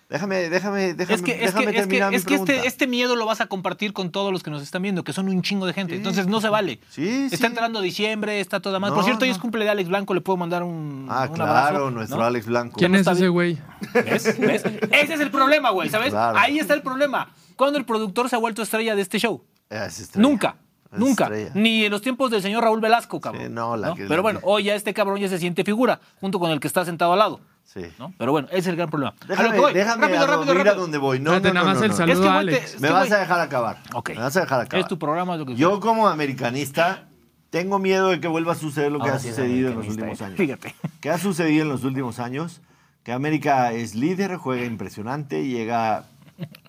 Speaker 1: Déjame, déjame, déjame,
Speaker 2: Es que, es que,
Speaker 1: déjame
Speaker 2: es que-
Speaker 1: terminar mi
Speaker 2: es que este,
Speaker 1: pregunta.
Speaker 2: este miedo lo vas a compartir con todos los que nos están viendo, que son un chingo de gente. Entonces no se vale.
Speaker 1: Sí,
Speaker 2: está
Speaker 1: sí.
Speaker 2: entrando diciembre, está toda más. Por
Speaker 1: No,
Speaker 2: cierto, hoy
Speaker 1: no.
Speaker 2: es cumple de Alex Blanco, le puedo mandar un.
Speaker 1: Ah,
Speaker 2: un
Speaker 1: claro,
Speaker 2: abrazo,
Speaker 1: nuestro
Speaker 2: ¿no?
Speaker 1: Alex Blanco.
Speaker 6: ¿Quién
Speaker 2: no
Speaker 6: es
Speaker 2: está
Speaker 6: ese
Speaker 2: bien.
Speaker 6: güey?
Speaker 2: ¿Ves? ¿Ves? Ese es el problema, güey, ¿sabes?
Speaker 1: Claro.
Speaker 2: Ahí está el problema. ¿Cuándo el productor se ha vuelto estrella de este show?
Speaker 1: Ah, es estrella.
Speaker 2: Nunca.
Speaker 1: Es
Speaker 2: Nunca.
Speaker 1: estrella.
Speaker 2: Ni en los tiempos del señor Raúl Velasco, cabrón.
Speaker 1: Sí, no, la que-
Speaker 2: Pero bueno, hoy ya este cabrón ya se siente figura, junto con el que está sentado al lado.
Speaker 1: Sí.
Speaker 2: ¿no? Pero bueno, ese es el gran problema. A lo
Speaker 1: Déjame,
Speaker 2: que voy.
Speaker 1: déjame
Speaker 2: rápido,
Speaker 1: a
Speaker 2: rápido,
Speaker 1: dormir
Speaker 2: rápido.
Speaker 1: a donde voy. No,
Speaker 6: Espérate,
Speaker 1: no,
Speaker 6: nada
Speaker 1: no,
Speaker 6: más
Speaker 1: no,
Speaker 6: el
Speaker 1: no.
Speaker 6: saludo
Speaker 2: Es que,
Speaker 6: a
Speaker 2: güey, te-
Speaker 6: Alex.
Speaker 1: Me
Speaker 2: Este
Speaker 1: vas
Speaker 2: güey-
Speaker 1: a dejar acabar.
Speaker 2: Ok.
Speaker 1: Me vas a dejar acabar.
Speaker 2: Es tu programa, es lo que
Speaker 1: Yo como americanista tengo miedo de que vuelva a suceder lo que
Speaker 2: Ahora
Speaker 1: ha
Speaker 2: Oh, Ah, sí es
Speaker 1: sucedido en los
Speaker 2: americanista,
Speaker 1: últimos
Speaker 2: eh.
Speaker 1: años.
Speaker 2: Fíjate.
Speaker 1: ¿Qué ha sucedido en los últimos años? Que América es líder, juega impresionante, llega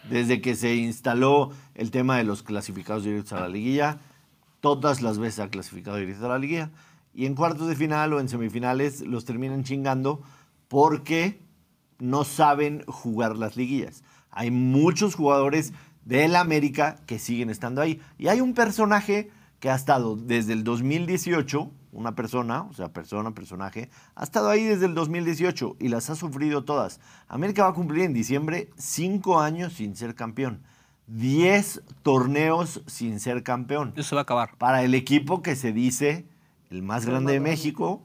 Speaker 1: desde que se instaló el tema de los clasificados directos a la liguilla, todas las veces ha clasificado directo a la liguilla, y en cuartos de final o en semifinales los terminan chingando porque no saben jugar las liguillas. Hay muchos jugadores del América que siguen estando ahí. Y hay un personaje que ha estado desde el 2018, una persona, o sea, persona, personaje, ha estado ahí desde el 2018 y las ha sufrido todas. América va a cumplir en diciembre cinco años sin ser campeón, 10 torneos sin ser campeón
Speaker 2: Eso se va a acabar.
Speaker 1: para el equipo que se dice el más grande de México.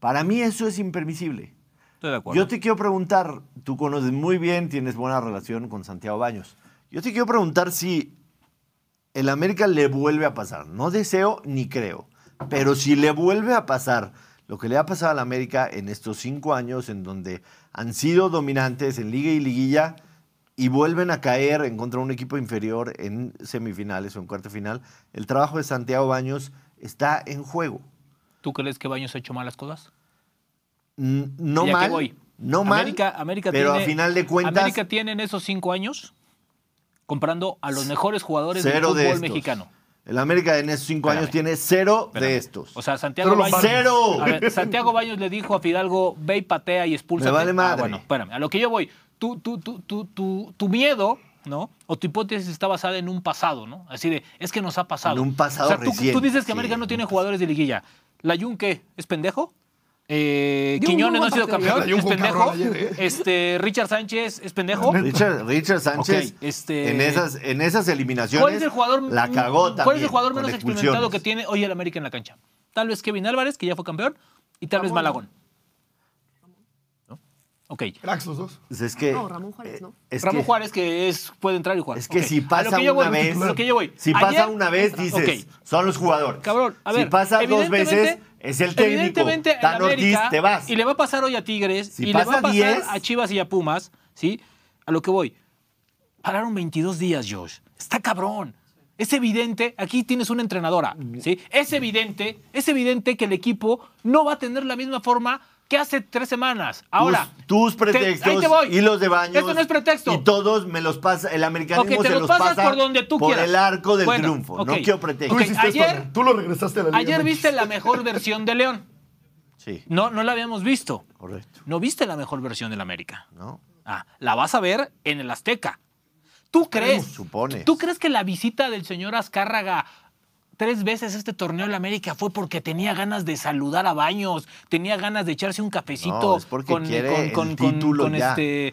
Speaker 1: Para mí eso es impermisible.
Speaker 2: Estoy de acuerdo.
Speaker 1: Yo te quiero preguntar, tú conoces muy bien, tienes buena relación con Santiago Baños. Yo te quiero preguntar si el América le vuelve a pasar. No deseo ni creo, pero si le vuelve a pasar lo que le ha pasado al América en estos cinco años, en donde han sido dominantes en liga y liguilla y vuelven a caer en contra de un equipo inferior en semifinales o en cuarto final, el trabajo de Santiago Baños está en juego.
Speaker 2: ¿Tú crees que Baños ha hecho malas cosas?
Speaker 1: N- No
Speaker 2: ¿Y a qué
Speaker 1: mal,
Speaker 2: voy?
Speaker 1: no mal,
Speaker 2: América, América
Speaker 1: pero
Speaker 2: tiene-
Speaker 1: a final de cuentas
Speaker 2: América tiene en esos cinco años comprando a los mejores jugadores del
Speaker 1: cero
Speaker 2: fútbol
Speaker 1: de estos.
Speaker 2: mexicano.
Speaker 1: El América en esos cinco
Speaker 2: Espérame.
Speaker 1: años tiene cero
Speaker 2: Espérame.
Speaker 1: de estos.
Speaker 2: O sea, Santiago
Speaker 4: Pero lo
Speaker 2: Baños.
Speaker 1: ¡Cero!
Speaker 2: A ver, Santiago Baños le dijo a Fidalgo, ve y patea y expulsa. Ah,
Speaker 1: Me vale madre.
Speaker 2: bueno, espérame. A lo que yo voy, tu, tu, tu, tu, tu, tu miedo, ¿no? O tu hipótesis está basada en un pasado, ¿no? Así de, es que nos ha pasado.
Speaker 1: En un pasado
Speaker 2: O sea, tú,
Speaker 1: reciente,
Speaker 2: tú dices que
Speaker 1: sí,
Speaker 2: América no
Speaker 1: en
Speaker 2: tiene
Speaker 1: un
Speaker 2: jugadores de liguilla. ¿La Jun qué? ¿Es pendejo? Eh,
Speaker 3: Dio un
Speaker 2: Quiñones no
Speaker 3: muy
Speaker 2: ha sido
Speaker 3: buen partido.
Speaker 2: campeón,
Speaker 4: La Jun
Speaker 2: es
Speaker 4: fue un
Speaker 2: pendejo.
Speaker 4: cabrón ayer, ¿eh?
Speaker 2: Este, Richard Sánchez es pendejo.
Speaker 1: Richard, Richard Sánchez,
Speaker 2: Ok, este-
Speaker 1: en, esas, en esas eliminaciones,
Speaker 2: ¿Cuál es el jugador,
Speaker 1: la cagó también.
Speaker 2: ¿cuál es el jugador
Speaker 1: con
Speaker 2: menos
Speaker 1: expulsiones.
Speaker 2: experimentado que tiene hoy el América en la cancha? Tal vez Kevin Álvarez, que ya fue campeón, y tal vez Malagón. ¿No? Ok.
Speaker 4: Cracks los dos.
Speaker 1: Pues es que,
Speaker 3: No, Ramón Juárez, ¿no.
Speaker 1: Es
Speaker 2: Ramón
Speaker 1: que,
Speaker 2: Juárez que es, puede entrar y jugar.
Speaker 1: Es que
Speaker 2: Ok.
Speaker 1: si
Speaker 2: A lo
Speaker 1: pasa
Speaker 2: que yo
Speaker 1: una
Speaker 2: voy,
Speaker 1: vez,
Speaker 2: a lo que yo voy.
Speaker 1: si pasa
Speaker 2: Ayer-
Speaker 1: una vez, dices,
Speaker 2: Ok.
Speaker 1: son los jugadores.
Speaker 2: Cabrón, a ver,
Speaker 1: si pasa dos
Speaker 2: evidentemente-
Speaker 1: veces, Es el técnico.
Speaker 2: Evidentemente,
Speaker 1: Tan
Speaker 2: en América,
Speaker 1: Ortiz, te vas.
Speaker 2: Y le va a pasar hoy a Tigres,
Speaker 1: Si
Speaker 2: y le va
Speaker 1: pasa
Speaker 2: a pasar
Speaker 1: 10,
Speaker 2: a Chivas y a Pumas, ¿sí? A lo que voy. Pararon 22 días, Josh. Está cabrón. Es evidente, aquí tienes una entrenadora, ¿sí? Es evidente, es evidente que el equipo no va a tener la misma forma que hace tres semanas. Ahora,
Speaker 1: tus, tus
Speaker 2: te- ahí te
Speaker 1: pretextos
Speaker 2: voy.
Speaker 1: y los de baños.
Speaker 2: Esto no es pretexto.
Speaker 1: Y todos me los pasa, el americanismo
Speaker 2: Ok, te
Speaker 1: se
Speaker 2: los
Speaker 1: los
Speaker 2: pasas
Speaker 1: pasa
Speaker 2: por donde tú
Speaker 1: por
Speaker 2: quieras.
Speaker 1: el arco del
Speaker 2: Bueno,
Speaker 1: triunfo.
Speaker 2: ok.
Speaker 1: No quiero pretextos.
Speaker 2: Ok,
Speaker 4: Tú hiciste esto,
Speaker 2: ayer-
Speaker 4: Adrián. Tú lo regresaste a la liga.
Speaker 2: Ayer
Speaker 4: MX.
Speaker 2: viste la mejor versión de León.
Speaker 1: Sí,
Speaker 2: No, no la habíamos visto.
Speaker 1: correcto.
Speaker 2: No viste la mejor versión del América.
Speaker 1: ¿No?
Speaker 2: Ah, la vas a ver en el Azteca. ¿Tú crees?
Speaker 1: supones.
Speaker 2: ¿Tú crees que la visita del señor Azcárraga tres veces este torneo en la América fue porque tenía ganas de saludar a Baños, tenía ganas de echarse un cafecito
Speaker 1: No, es porque quiere el título
Speaker 2: con
Speaker 1: ya.
Speaker 2: este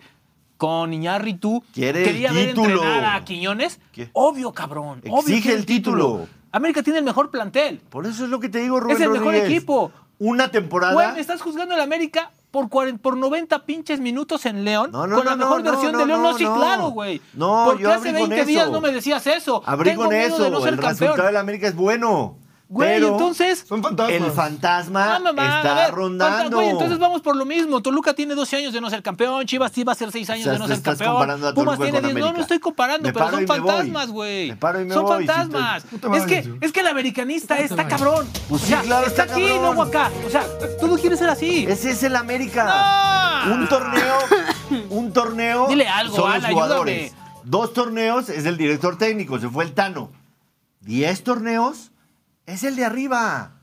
Speaker 2: con Iñárritu?
Speaker 1: Quiere el
Speaker 2: ¿Quería ver
Speaker 1: título.
Speaker 2: entrenar a Quiñones?
Speaker 1: ¿Qué?
Speaker 2: Obvio, cabrón. obvio
Speaker 1: Exige
Speaker 2: quiere
Speaker 1: el título.
Speaker 2: América tiene el mejor plantel.
Speaker 1: Por eso es lo que te digo, Rubén
Speaker 2: Es el mejor
Speaker 1: Rodríguez.
Speaker 2: equipo.
Speaker 1: Una temporada.
Speaker 2: Güey, me estás juzgando al América por, cuaren- por 90 pinches minutos en León.
Speaker 1: No, no,
Speaker 2: con la
Speaker 1: no,
Speaker 2: mejor
Speaker 1: no,
Speaker 2: versión
Speaker 1: no,
Speaker 2: de León. No,
Speaker 1: no,
Speaker 2: sí,
Speaker 1: no.
Speaker 2: claro, güey.
Speaker 1: No,
Speaker 2: Porque
Speaker 1: yo
Speaker 2: hace
Speaker 1: abrí con
Speaker 2: 20 días
Speaker 1: eso.
Speaker 2: no me decías eso.
Speaker 1: Abrí
Speaker 2: Tengo
Speaker 1: con
Speaker 2: miedo
Speaker 1: eso.
Speaker 2: de no ser
Speaker 1: el resultado
Speaker 2: campeón.
Speaker 1: del América es bueno.
Speaker 2: Güey,
Speaker 1: pero
Speaker 2: entonces.
Speaker 4: Son fantasmas.
Speaker 1: El fantasma
Speaker 2: Ah, mamá, a
Speaker 1: está
Speaker 2: ver, cuánta-
Speaker 1: rondando.
Speaker 2: Güey, entonces vamos por lo mismo. Toluca tiene 12 años de no ser campeón. Chivas sí va a ser 6 años
Speaker 1: O sea,
Speaker 2: de no
Speaker 1: te
Speaker 2: ser
Speaker 1: estás
Speaker 2: campeón.
Speaker 1: comparando a
Speaker 2: Pumas
Speaker 1: Toluca
Speaker 2: tiene
Speaker 1: con
Speaker 2: 10. No, no
Speaker 1: América.
Speaker 2: estoy comparando,
Speaker 1: Me
Speaker 2: pero
Speaker 1: paro
Speaker 2: son
Speaker 1: y me voy.
Speaker 2: fantasmas, güey.
Speaker 1: Me paro y me
Speaker 2: Son
Speaker 1: voy, sí,
Speaker 2: fantasmas.
Speaker 1: estoy-
Speaker 4: No te
Speaker 2: Es que,
Speaker 4: vayas, yo.
Speaker 2: es que el americanista
Speaker 6: te
Speaker 2: está
Speaker 6: vayas.
Speaker 2: cabrón. O
Speaker 1: Pues Sí,
Speaker 2: sea,
Speaker 1: claro,
Speaker 2: está,
Speaker 1: está
Speaker 2: aquí,
Speaker 1: cabrón.
Speaker 2: no acá. O sea, tú no quieres ser así.
Speaker 1: Ese es el América.
Speaker 2: ¡No!
Speaker 1: Un torneo, un torneo
Speaker 2: Dile algo,
Speaker 1: son los
Speaker 2: Al,
Speaker 1: jugadores.
Speaker 2: ayúdame.
Speaker 1: Dos torneos es el director técnico, se fue el Tano. Diez torneos es el de arriba.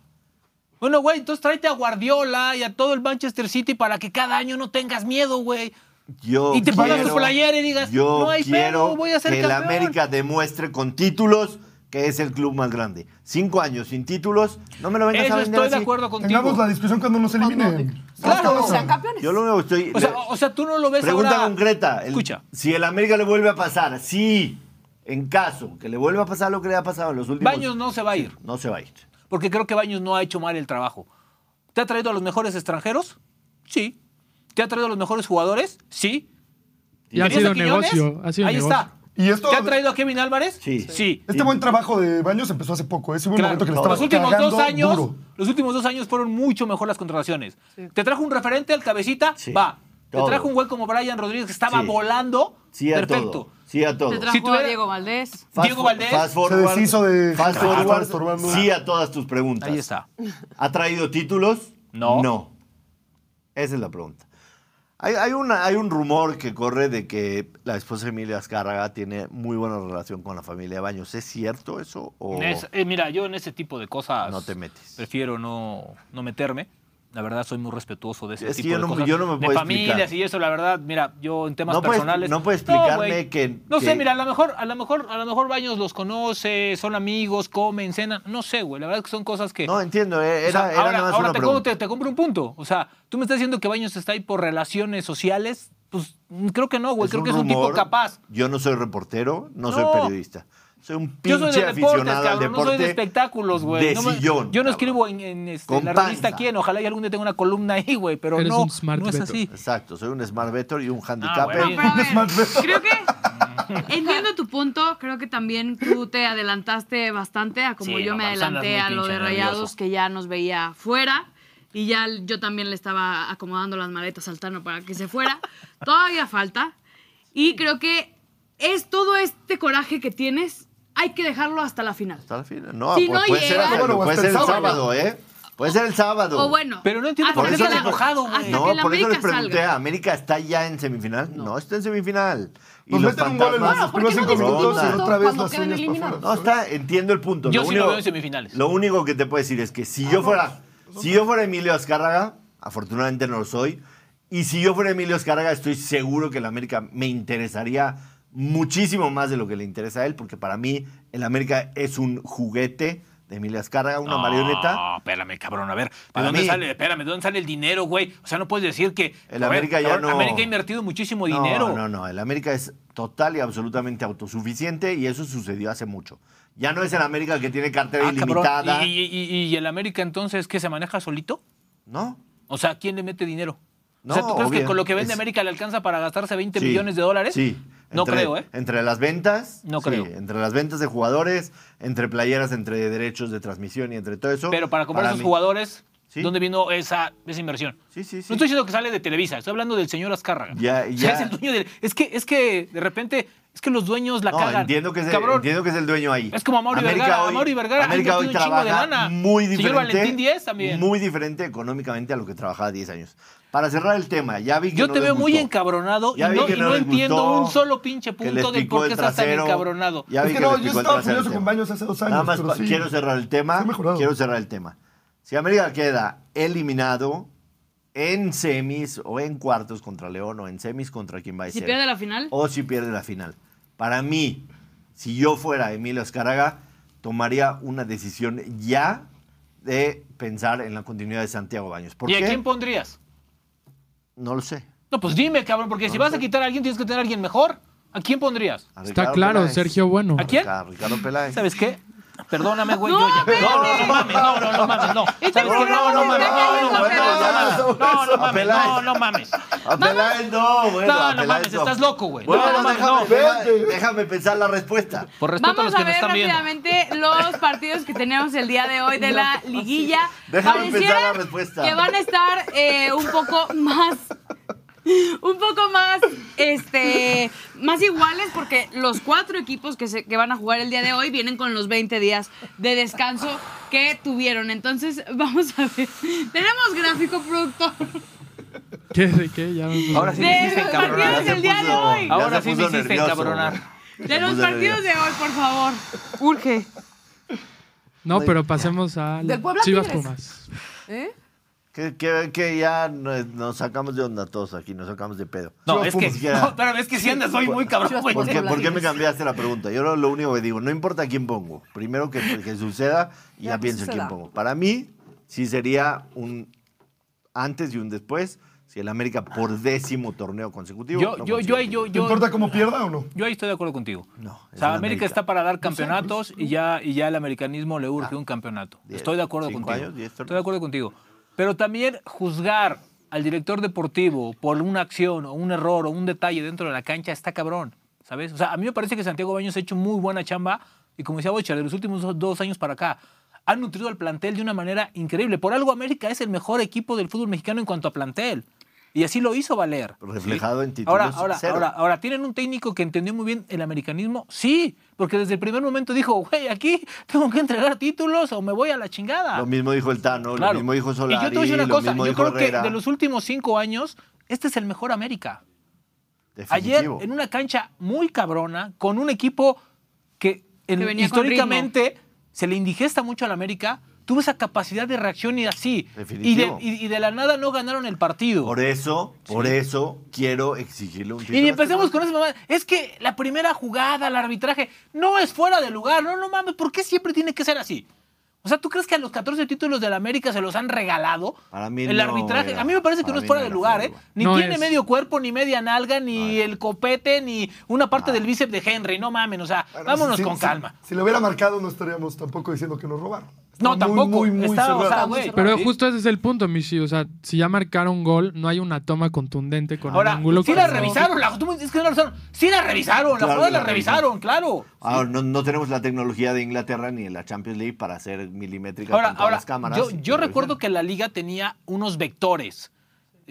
Speaker 2: Bueno, güey, entonces tráete a Guardiola y a todo el Manchester City para que cada año no tengas miedo, güey.
Speaker 1: Yo
Speaker 2: Y te pongas
Speaker 1: quiero-
Speaker 2: tu playera y digas,
Speaker 1: yo
Speaker 2: "No hay
Speaker 1: quiero
Speaker 2: pedo, voy a ser
Speaker 1: que el
Speaker 2: campeón".
Speaker 1: América demuestre con títulos que es el club más grande. Cinco años sin títulos, no me lo vengas a
Speaker 2: Eso
Speaker 1: vender
Speaker 2: estoy de
Speaker 1: así.
Speaker 2: acuerdo contigo.
Speaker 4: Tengamos la discusión cuando nos eliminen.
Speaker 3: Claro,
Speaker 4: Vamos,
Speaker 3: sean
Speaker 4: vamos.
Speaker 3: campeones.
Speaker 1: Yo lo veo, estoy...
Speaker 2: O sea, o sea, tú no lo ves
Speaker 1: Pregunta
Speaker 2: Pues, ahora.
Speaker 1: concreta. El-
Speaker 2: Escucha.
Speaker 1: Si el América le vuelve a pasar, sí, en caso que le vuelva a pasar lo que le ha pasado en los últimos...
Speaker 2: Baños no se va a ir,
Speaker 1: No se va a ir.
Speaker 2: porque creo que Baños no ha hecho mal el trabajo. ¿Te ha traído a los mejores extranjeros? Sí. ¿Te ha traído a los mejores jugadores? Sí.
Speaker 6: Y ha
Speaker 2: ¿Tenías
Speaker 6: sido
Speaker 2: a Quiñones?
Speaker 6: negocio, ha sido
Speaker 2: Ahí
Speaker 6: negocio.
Speaker 2: está.
Speaker 4: Y esto-
Speaker 2: ¿Te ha traído a Kevin Álvarez?
Speaker 1: Sí.
Speaker 2: Sí.
Speaker 4: Este buen trabajo de Baños empezó hace poco. Ese hubo un
Speaker 2: Claro.
Speaker 4: momento que le estaba
Speaker 2: los últimos dos
Speaker 4: cagando
Speaker 2: años,
Speaker 4: duro.
Speaker 2: los últimos dos años fueron mucho mejor las contrataciones. Te trajo un referente al cabecita,
Speaker 1: Sí.
Speaker 2: va.
Speaker 1: Todo.
Speaker 2: Te trajo un güey como Brian Rodríguez que estaba
Speaker 1: Sí.
Speaker 2: volando.
Speaker 1: Sí a
Speaker 2: Perfecto.
Speaker 1: todo. Sí a todo.
Speaker 5: Te trajo
Speaker 2: Si tuviera-
Speaker 5: a Diego Valdés.
Speaker 1: Fast
Speaker 2: Diego
Speaker 1: fo-
Speaker 2: Valdés.
Speaker 1: fast
Speaker 2: Se
Speaker 1: forward,
Speaker 4: deshizo de-
Speaker 1: fast
Speaker 4: Ah, estaba
Speaker 1: forward,
Speaker 4: estorbando.
Speaker 1: sí a todas tus preguntas.
Speaker 2: Ahí está.
Speaker 1: ¿Ha traído títulos?
Speaker 2: No.
Speaker 1: No. Esa es la pregunta. Hay, hay una- hay un rumor que corre de que la esposa de Emilia Azcárraga tiene muy buena relación con la familia de Baños. ¿Es cierto eso? O...
Speaker 2: Es- eh, mira, yo en ese tipo de cosas.
Speaker 1: Oh. No te metes.
Speaker 2: Prefiero no, no meterme. La verdad, soy muy respetuoso de ese
Speaker 1: Es que
Speaker 2: tipo
Speaker 1: yo
Speaker 2: de
Speaker 1: no me-
Speaker 2: cosas.
Speaker 1: yo no me
Speaker 2: de
Speaker 1: puedo
Speaker 2: familias
Speaker 1: explicar.
Speaker 2: y eso, la verdad, mira, yo en temas
Speaker 1: No puedes-
Speaker 2: personales.
Speaker 1: no puedes explicarme
Speaker 2: güey.
Speaker 1: que-
Speaker 2: No
Speaker 1: que-
Speaker 2: sé, mira, a lo mejor, a lo mejor, a lo mejor Baños los conoce, son amigos, comen, cenan. No sé, güey. La verdad es que son cosas que.
Speaker 1: No, entiendo. eh,
Speaker 2: O sea,
Speaker 1: Era, era
Speaker 2: ahora,
Speaker 1: nada más
Speaker 2: ahora
Speaker 1: una
Speaker 2: te,
Speaker 1: pregunta.
Speaker 2: compro, te- te compro un punto. O sea, tú me estás diciendo que Baños está ahí por relaciones sociales. Pues mm, creo que no, güey. Creo que es un tipo
Speaker 1: rumor.
Speaker 2: capaz.
Speaker 1: Yo no soy reportero, no, soy
Speaker 2: No.
Speaker 1: periodista. Soy un pinche
Speaker 2: Yo soy de deportes,
Speaker 1: aficionado al
Speaker 2: cabrón. No
Speaker 1: deporte.
Speaker 2: soy de espectáculos, güey.
Speaker 1: De
Speaker 2: No me-
Speaker 1: sillón.
Speaker 2: yo no
Speaker 1: cabrón.
Speaker 2: escribo en, en, este,
Speaker 1: Con
Speaker 2: la revista
Speaker 1: panza.
Speaker 2: quién. Ojalá y algún día tenga una columna ahí, güey. Pero
Speaker 6: Eres
Speaker 2: no,
Speaker 6: un smart
Speaker 2: no es
Speaker 6: beto.
Speaker 2: así.
Speaker 1: Exacto, soy un smart vetor y un handicapper.
Speaker 2: Ah, bueno,
Speaker 5: No, pero a ver, creo que entiendo tu punto. Creo que también tú te adelantaste bastante a como
Speaker 2: Sí,
Speaker 5: yo
Speaker 2: no
Speaker 5: me
Speaker 2: mames, andas
Speaker 5: adelanté
Speaker 2: muy
Speaker 5: a lo de
Speaker 2: pinche
Speaker 5: Rayados
Speaker 2: nervioso.
Speaker 5: que ya nos veía fuera. Y ya yo también le estaba acomodando las maletas al Tano para que se fuera. Todavía falta. Y creo que es todo este coraje que tienes, hay que dejarlo hasta la final.
Speaker 1: Hasta la final. No,
Speaker 5: Si
Speaker 1: pues
Speaker 5: no
Speaker 1: puede ser,
Speaker 5: llega-
Speaker 1: hasta-
Speaker 4: Bueno,
Speaker 1: puede
Speaker 4: hasta
Speaker 1: ser
Speaker 4: el
Speaker 1: el sábado,
Speaker 4: sábado.
Speaker 1: ¿eh? Puede ser el sábado.
Speaker 5: O bueno.
Speaker 2: Pero no entiendo
Speaker 5: hasta
Speaker 2: por qué
Speaker 5: que
Speaker 2: estás
Speaker 5: la-
Speaker 2: enojado, güey.
Speaker 5: hasta
Speaker 1: No,
Speaker 5: que la
Speaker 1: por eso les
Speaker 5: América
Speaker 1: pregunté,
Speaker 5: salga.
Speaker 1: ¿América está ya en semifinal? No, está en semifinal. Y
Speaker 4: Nos
Speaker 1: los
Speaker 4: meten un gol en los
Speaker 1: fantasmas...
Speaker 3: Bueno, ¿por qué
Speaker 4: primeros
Speaker 3: no
Speaker 4: cinco minutos
Speaker 3: discutimos
Speaker 4: y
Speaker 3: esto
Speaker 4: otra vez
Speaker 3: cuando
Speaker 4: las
Speaker 3: queden
Speaker 4: uñas para
Speaker 3: eliminados?
Speaker 1: No,
Speaker 4: afuera.
Speaker 1: está, entiendo el punto.
Speaker 2: Yo
Speaker 1: lo
Speaker 2: sí
Speaker 1: único,
Speaker 2: lo veo en semifinales.
Speaker 1: Lo único que te puedo decir es que si yo fuera, si yo fuera Emilio Azcárraga, afortunadamente no lo soy, y si yo fuera Emilio Azcárraga, estoy seguro que el América me interesaría muchísimo más de lo que le interesa a él, porque para mí el América es un juguete de Emilio Azcárraga, una
Speaker 2: No,
Speaker 1: marioneta.
Speaker 2: No, espérame, cabrón. A ver, ¿de
Speaker 1: Para
Speaker 2: dónde
Speaker 1: mí.
Speaker 2: sale? Espérame, ¿de dónde sale el dinero, güey? O sea, no puedes decir que.
Speaker 1: El
Speaker 2: a ver,
Speaker 1: América ya
Speaker 2: cabrón,
Speaker 1: no-
Speaker 2: América ha invertido muchísimo
Speaker 1: No,
Speaker 2: dinero.
Speaker 1: No, no, El América es total y absolutamente autosuficiente y eso sucedió hace mucho. Ya no es el América que tiene cartera
Speaker 2: Ah, cabrón.
Speaker 1: ilimitada.
Speaker 2: ¿Y, y, y- y el América entonces qué se maneja solito?
Speaker 1: ¿No?
Speaker 2: O sea, ¿quién le mete dinero?
Speaker 1: No,
Speaker 2: o sea, ¿tú crees que
Speaker 1: obvio.
Speaker 2: con lo que vende
Speaker 1: Es-
Speaker 2: América le alcanza para gastarse 20
Speaker 1: Sí,
Speaker 2: millones de dólares?
Speaker 1: Sí.
Speaker 2: No
Speaker 1: Entre-
Speaker 2: creo, ¿eh?
Speaker 1: Entre las ventas.
Speaker 2: No
Speaker 1: sí,
Speaker 2: creo.
Speaker 1: Entre las ventas de jugadores, entre playeras, entre derechos de transmisión y entre todo eso.
Speaker 2: Pero para comprar
Speaker 1: a
Speaker 2: a sus
Speaker 1: mí-
Speaker 2: jugadores,
Speaker 1: Sí.
Speaker 2: dónde vino esa, esa inversión.
Speaker 1: Sí, sí, sí.
Speaker 2: No estoy diciendo que sale de Televisa, estoy hablando del señor Azcárraga.
Speaker 1: Ya,
Speaker 2: O sea,
Speaker 1: ya.
Speaker 2: es el dueño del- es que, es que de repente, es que los dueños la
Speaker 1: No,
Speaker 2: cagan.
Speaker 1: entiendo que, es el,
Speaker 2: Cabrón.
Speaker 1: entiendo que es el dueño ahí.
Speaker 2: Es como a Mauri Vergara, a Mauri Vergara,
Speaker 1: América
Speaker 2: ha
Speaker 1: hoy
Speaker 2: invertido un chingo de
Speaker 1: trabaja
Speaker 2: lana.
Speaker 1: muy
Speaker 2: Señor
Speaker 1: diferente.
Speaker 2: Valentín Díez también.
Speaker 1: Muy diferente económicamente a lo que trabajaba 10 años. Para cerrar el tema, ya vi que
Speaker 2: Yo
Speaker 1: no
Speaker 2: te
Speaker 1: les
Speaker 2: veo muy
Speaker 1: gustó.
Speaker 2: encabronado Oh, y
Speaker 1: Ya vi
Speaker 2: no,
Speaker 1: que
Speaker 2: y
Speaker 1: no
Speaker 2: no
Speaker 1: les
Speaker 2: entiendo
Speaker 1: gustó,
Speaker 2: un solo pinche
Speaker 1: que les
Speaker 2: punto del
Speaker 1: picó
Speaker 2: por
Speaker 1: el
Speaker 2: qué estás tan
Speaker 1: trasero.
Speaker 2: encabronado.
Speaker 1: Ya vi
Speaker 4: es que,
Speaker 1: que
Speaker 4: no,
Speaker 1: les
Speaker 4: yo
Speaker 1: picó el
Speaker 4: estaba
Speaker 1: trasero el
Speaker 4: furioso con
Speaker 1: tema.
Speaker 4: Baños hace dos años.
Speaker 1: Nada más
Speaker 4: pero
Speaker 1: pa-
Speaker 4: sí.
Speaker 1: quiero cerrar el tema.
Speaker 4: Sí, ha mejorado.
Speaker 1: Quiero cerrar el tema. Si América queda eliminado en semis o en cuartos contra León o en semis contra quien va a
Speaker 5: Si
Speaker 1: ser,
Speaker 5: pierde la final,
Speaker 1: o si pierde la final. Para mí, si yo fuera Emilio Azcárraga, tomaría una decisión ya de pensar en la continuidad de Santiago Baños. ¿Por
Speaker 2: ¿Y
Speaker 1: qué?
Speaker 2: a quién pondrías?
Speaker 1: No lo sé.
Speaker 2: No, pues dime, cabrón, porque si vas a quitar a alguien, tienes que tener a alguien mejor. ¿A quién pondrías?
Speaker 1: A
Speaker 6: Está
Speaker 1: Ricardo
Speaker 6: claro,
Speaker 1: Peláez.
Speaker 6: Sergio Bueno.
Speaker 2: ¿A quién?
Speaker 1: A Ricardo Peláez.
Speaker 2: ¿Sabes qué? Perdóname, güey. yo ya- No, no, no, mames, no, no, no mames, no.
Speaker 5: Este
Speaker 2: ¿Sabes qué?
Speaker 5: programa
Speaker 2: No, no,
Speaker 5: se
Speaker 2: mames, no,
Speaker 5: está
Speaker 2: no,
Speaker 5: cayendo,
Speaker 2: mames, no, no, no, no,
Speaker 1: A
Speaker 2: mames,
Speaker 1: Peláez.
Speaker 2: no, no mames.
Speaker 1: A Peláez no, bueno.
Speaker 2: No,
Speaker 1: a
Speaker 2: no
Speaker 1: Peláez
Speaker 2: mames, estás loco, güey.
Speaker 1: Bueno,
Speaker 2: No, no mames,
Speaker 1: déjame,
Speaker 2: no.
Speaker 1: déjame- déjame pensar la respuesta.
Speaker 2: Por respeto a los
Speaker 5: vamos
Speaker 2: que
Speaker 5: a
Speaker 2: nos
Speaker 5: ver
Speaker 2: están viendo.
Speaker 5: rápidamente los partidos que tenemos el día de hoy de la liguilla.
Speaker 1: pues, Déjame
Speaker 5: Pareciera
Speaker 1: pensar la respuesta.
Speaker 5: Que van a estar eh, un poco más. Un poco más, este, más iguales porque los cuatro equipos que, se- que van a jugar el día de hoy vienen con los 20 días de descanso que tuvieron. Entonces, vamos a ver. Tenemos gráfico, productor,
Speaker 6: ¿Qué? ¿De qué? Ya me puse-
Speaker 2: Ahora sí.
Speaker 5: de
Speaker 2: hiciste
Speaker 5: los
Speaker 2: cabrón.
Speaker 5: partidos
Speaker 1: Ya
Speaker 5: del
Speaker 1: se
Speaker 5: día de
Speaker 1: puso-
Speaker 5: hoy.
Speaker 1: ya
Speaker 2: Ahora
Speaker 1: se
Speaker 2: sí me
Speaker 1: puso
Speaker 2: hiciste
Speaker 1: nervioso,
Speaker 2: encabronar.
Speaker 1: güey.
Speaker 5: De
Speaker 1: Se
Speaker 5: los
Speaker 1: puso nervioso.
Speaker 5: partidos de hoy, por favor. Urge.
Speaker 6: No, pero pasemos al
Speaker 3: Del Puebla
Speaker 6: Chivas
Speaker 3: Tigres.
Speaker 6: Pumas.
Speaker 3: ¿Eh?
Speaker 1: Que, que- que ya nos nos sacamos de onda todos aquí, nos sacamos de pedo.
Speaker 2: No,
Speaker 1: Yo
Speaker 2: es
Speaker 1: fumo
Speaker 2: que.
Speaker 1: ni siquiera.
Speaker 2: No, pero es que si andas hoy muy cabrón, güey.
Speaker 1: ¿Por qué, por qué me
Speaker 3: Tigres.
Speaker 1: cambiaste la pregunta? Yo lo, lo único que digo, no importa quién pongo. Primero que, que suceda y ya,
Speaker 3: Ya que
Speaker 1: pienso en quién
Speaker 3: suceda.
Speaker 1: pongo. Para mí, sí sería un antes y un después. Si el América por décimo torneo consecutivo. no
Speaker 2: Yo, yo, yo,
Speaker 1: consigue
Speaker 2: ahí- yo,
Speaker 4: ¿Te
Speaker 2: yo,
Speaker 4: importa cómo pierda o no?
Speaker 2: yo ahí estoy de acuerdo contigo.
Speaker 1: No,
Speaker 2: o
Speaker 1: es
Speaker 2: sea,
Speaker 1: la América.
Speaker 2: América, está para dar campeonatos y ya, y ya el americanismo le urge un campeonato.
Speaker 1: Ah. Diez,
Speaker 2: estoy de acuerdo
Speaker 1: cinco
Speaker 2: contigo.
Speaker 1: años, diez torneos.
Speaker 2: estoy de acuerdo contigo. Pero también juzgar al director deportivo por una acción o un error o un detalle dentro de la cancha está cabrón, ¿sabes? O sea, a mí me parece que Santiago Baños ha hecho muy buena chamba y como decía Bocha, de los últimos dos- dos años para acá ha nutrido al plantel de una manera increíble. Por algo América es el mejor equipo del fútbol mexicano en cuanto a plantel. Y así lo hizo valer.
Speaker 1: Reflejado en títulos,
Speaker 2: Ahora, ahora,
Speaker 1: cero.
Speaker 2: ahora, Ahora, ¿tienen un técnico que entendió muy bien el americanismo? Sí, porque desde el primer momento dijo, güey, aquí tengo que entregar títulos o me voy a la chingada.
Speaker 1: Lo mismo dijo el Tano,
Speaker 2: Ah. Claro.
Speaker 1: lo mismo dijo Solari,
Speaker 2: Y yo te voy a decir una
Speaker 1: lo
Speaker 2: cosa,
Speaker 1: mismo
Speaker 2: yo
Speaker 1: dijo
Speaker 2: creo
Speaker 1: Herrera.
Speaker 2: que de los últimos cinco años, este es el mejor América.
Speaker 1: Definitivo.
Speaker 2: Ayer, en una cancha muy cabrona, con un equipo que, en-
Speaker 5: Que venía con
Speaker 2: históricamente se le indigesta mucho al América, tuvo esa capacidad de reacción y así. Y de,
Speaker 1: Definitivo.
Speaker 2: y- y de la nada no ganaron el partido.
Speaker 1: Por eso, por eso quiero exigirle un título.
Speaker 2: Y ni
Speaker 1: a este
Speaker 2: empecemos
Speaker 1: hombre.
Speaker 2: con esa mamá. Es que la primera jugada, el arbitraje, no es fuera de lugar. No, no mames, ¿por qué siempre tiene que ser así? O sea, ¿tú crees que a los 14 títulos del América se los han regalado?
Speaker 1: Para mí
Speaker 2: el
Speaker 1: no
Speaker 2: arbitraje,
Speaker 1: era.
Speaker 2: a mí me parece
Speaker 1: Para
Speaker 2: que no es
Speaker 1: mí
Speaker 2: fuera
Speaker 1: no
Speaker 2: de
Speaker 1: era
Speaker 2: lugar,
Speaker 1: fuera
Speaker 2: ¿eh?
Speaker 1: de lugar.
Speaker 2: Ni
Speaker 6: No
Speaker 2: tiene
Speaker 6: es.
Speaker 2: medio cuerpo, ni media nalga, ni el copete, ni una parte del bíceps de Henry. No mames, o sea,
Speaker 4: Bueno,
Speaker 2: vámonos
Speaker 4: si-
Speaker 2: con
Speaker 4: si-
Speaker 2: calma.
Speaker 4: Si, lo hubiera marcado, no estaríamos tampoco diciendo que nos robaron.
Speaker 2: No,
Speaker 4: Estaba
Speaker 2: tampoco.
Speaker 4: Muy, muy, muy
Speaker 2: Estaba, o sea,
Speaker 4: cerrado.
Speaker 2: güey,
Speaker 6: Pero
Speaker 2: sí.
Speaker 6: justo ese es el punto, Michi. O sea, si ya marcaron gol, no hay una toma contundente con un
Speaker 2: Ahora,
Speaker 6: ángulo.
Speaker 2: sí
Speaker 6: que
Speaker 2: la
Speaker 6: no-
Speaker 2: revisaron, la, tú me dices que no la revisaron. Sí la revisaron,
Speaker 1: Claro
Speaker 2: la jugada
Speaker 1: que la
Speaker 2: la revisaron, claro.
Speaker 1: Ahora, Ah, no, no tenemos la tecnología de Inglaterra ni de la Champions League para hacer milimétrica
Speaker 2: Ahora,
Speaker 1: con todas
Speaker 2: ahora
Speaker 1: las cámaras.
Speaker 2: yo, yo recuerdo que la liga tenía unos vectores.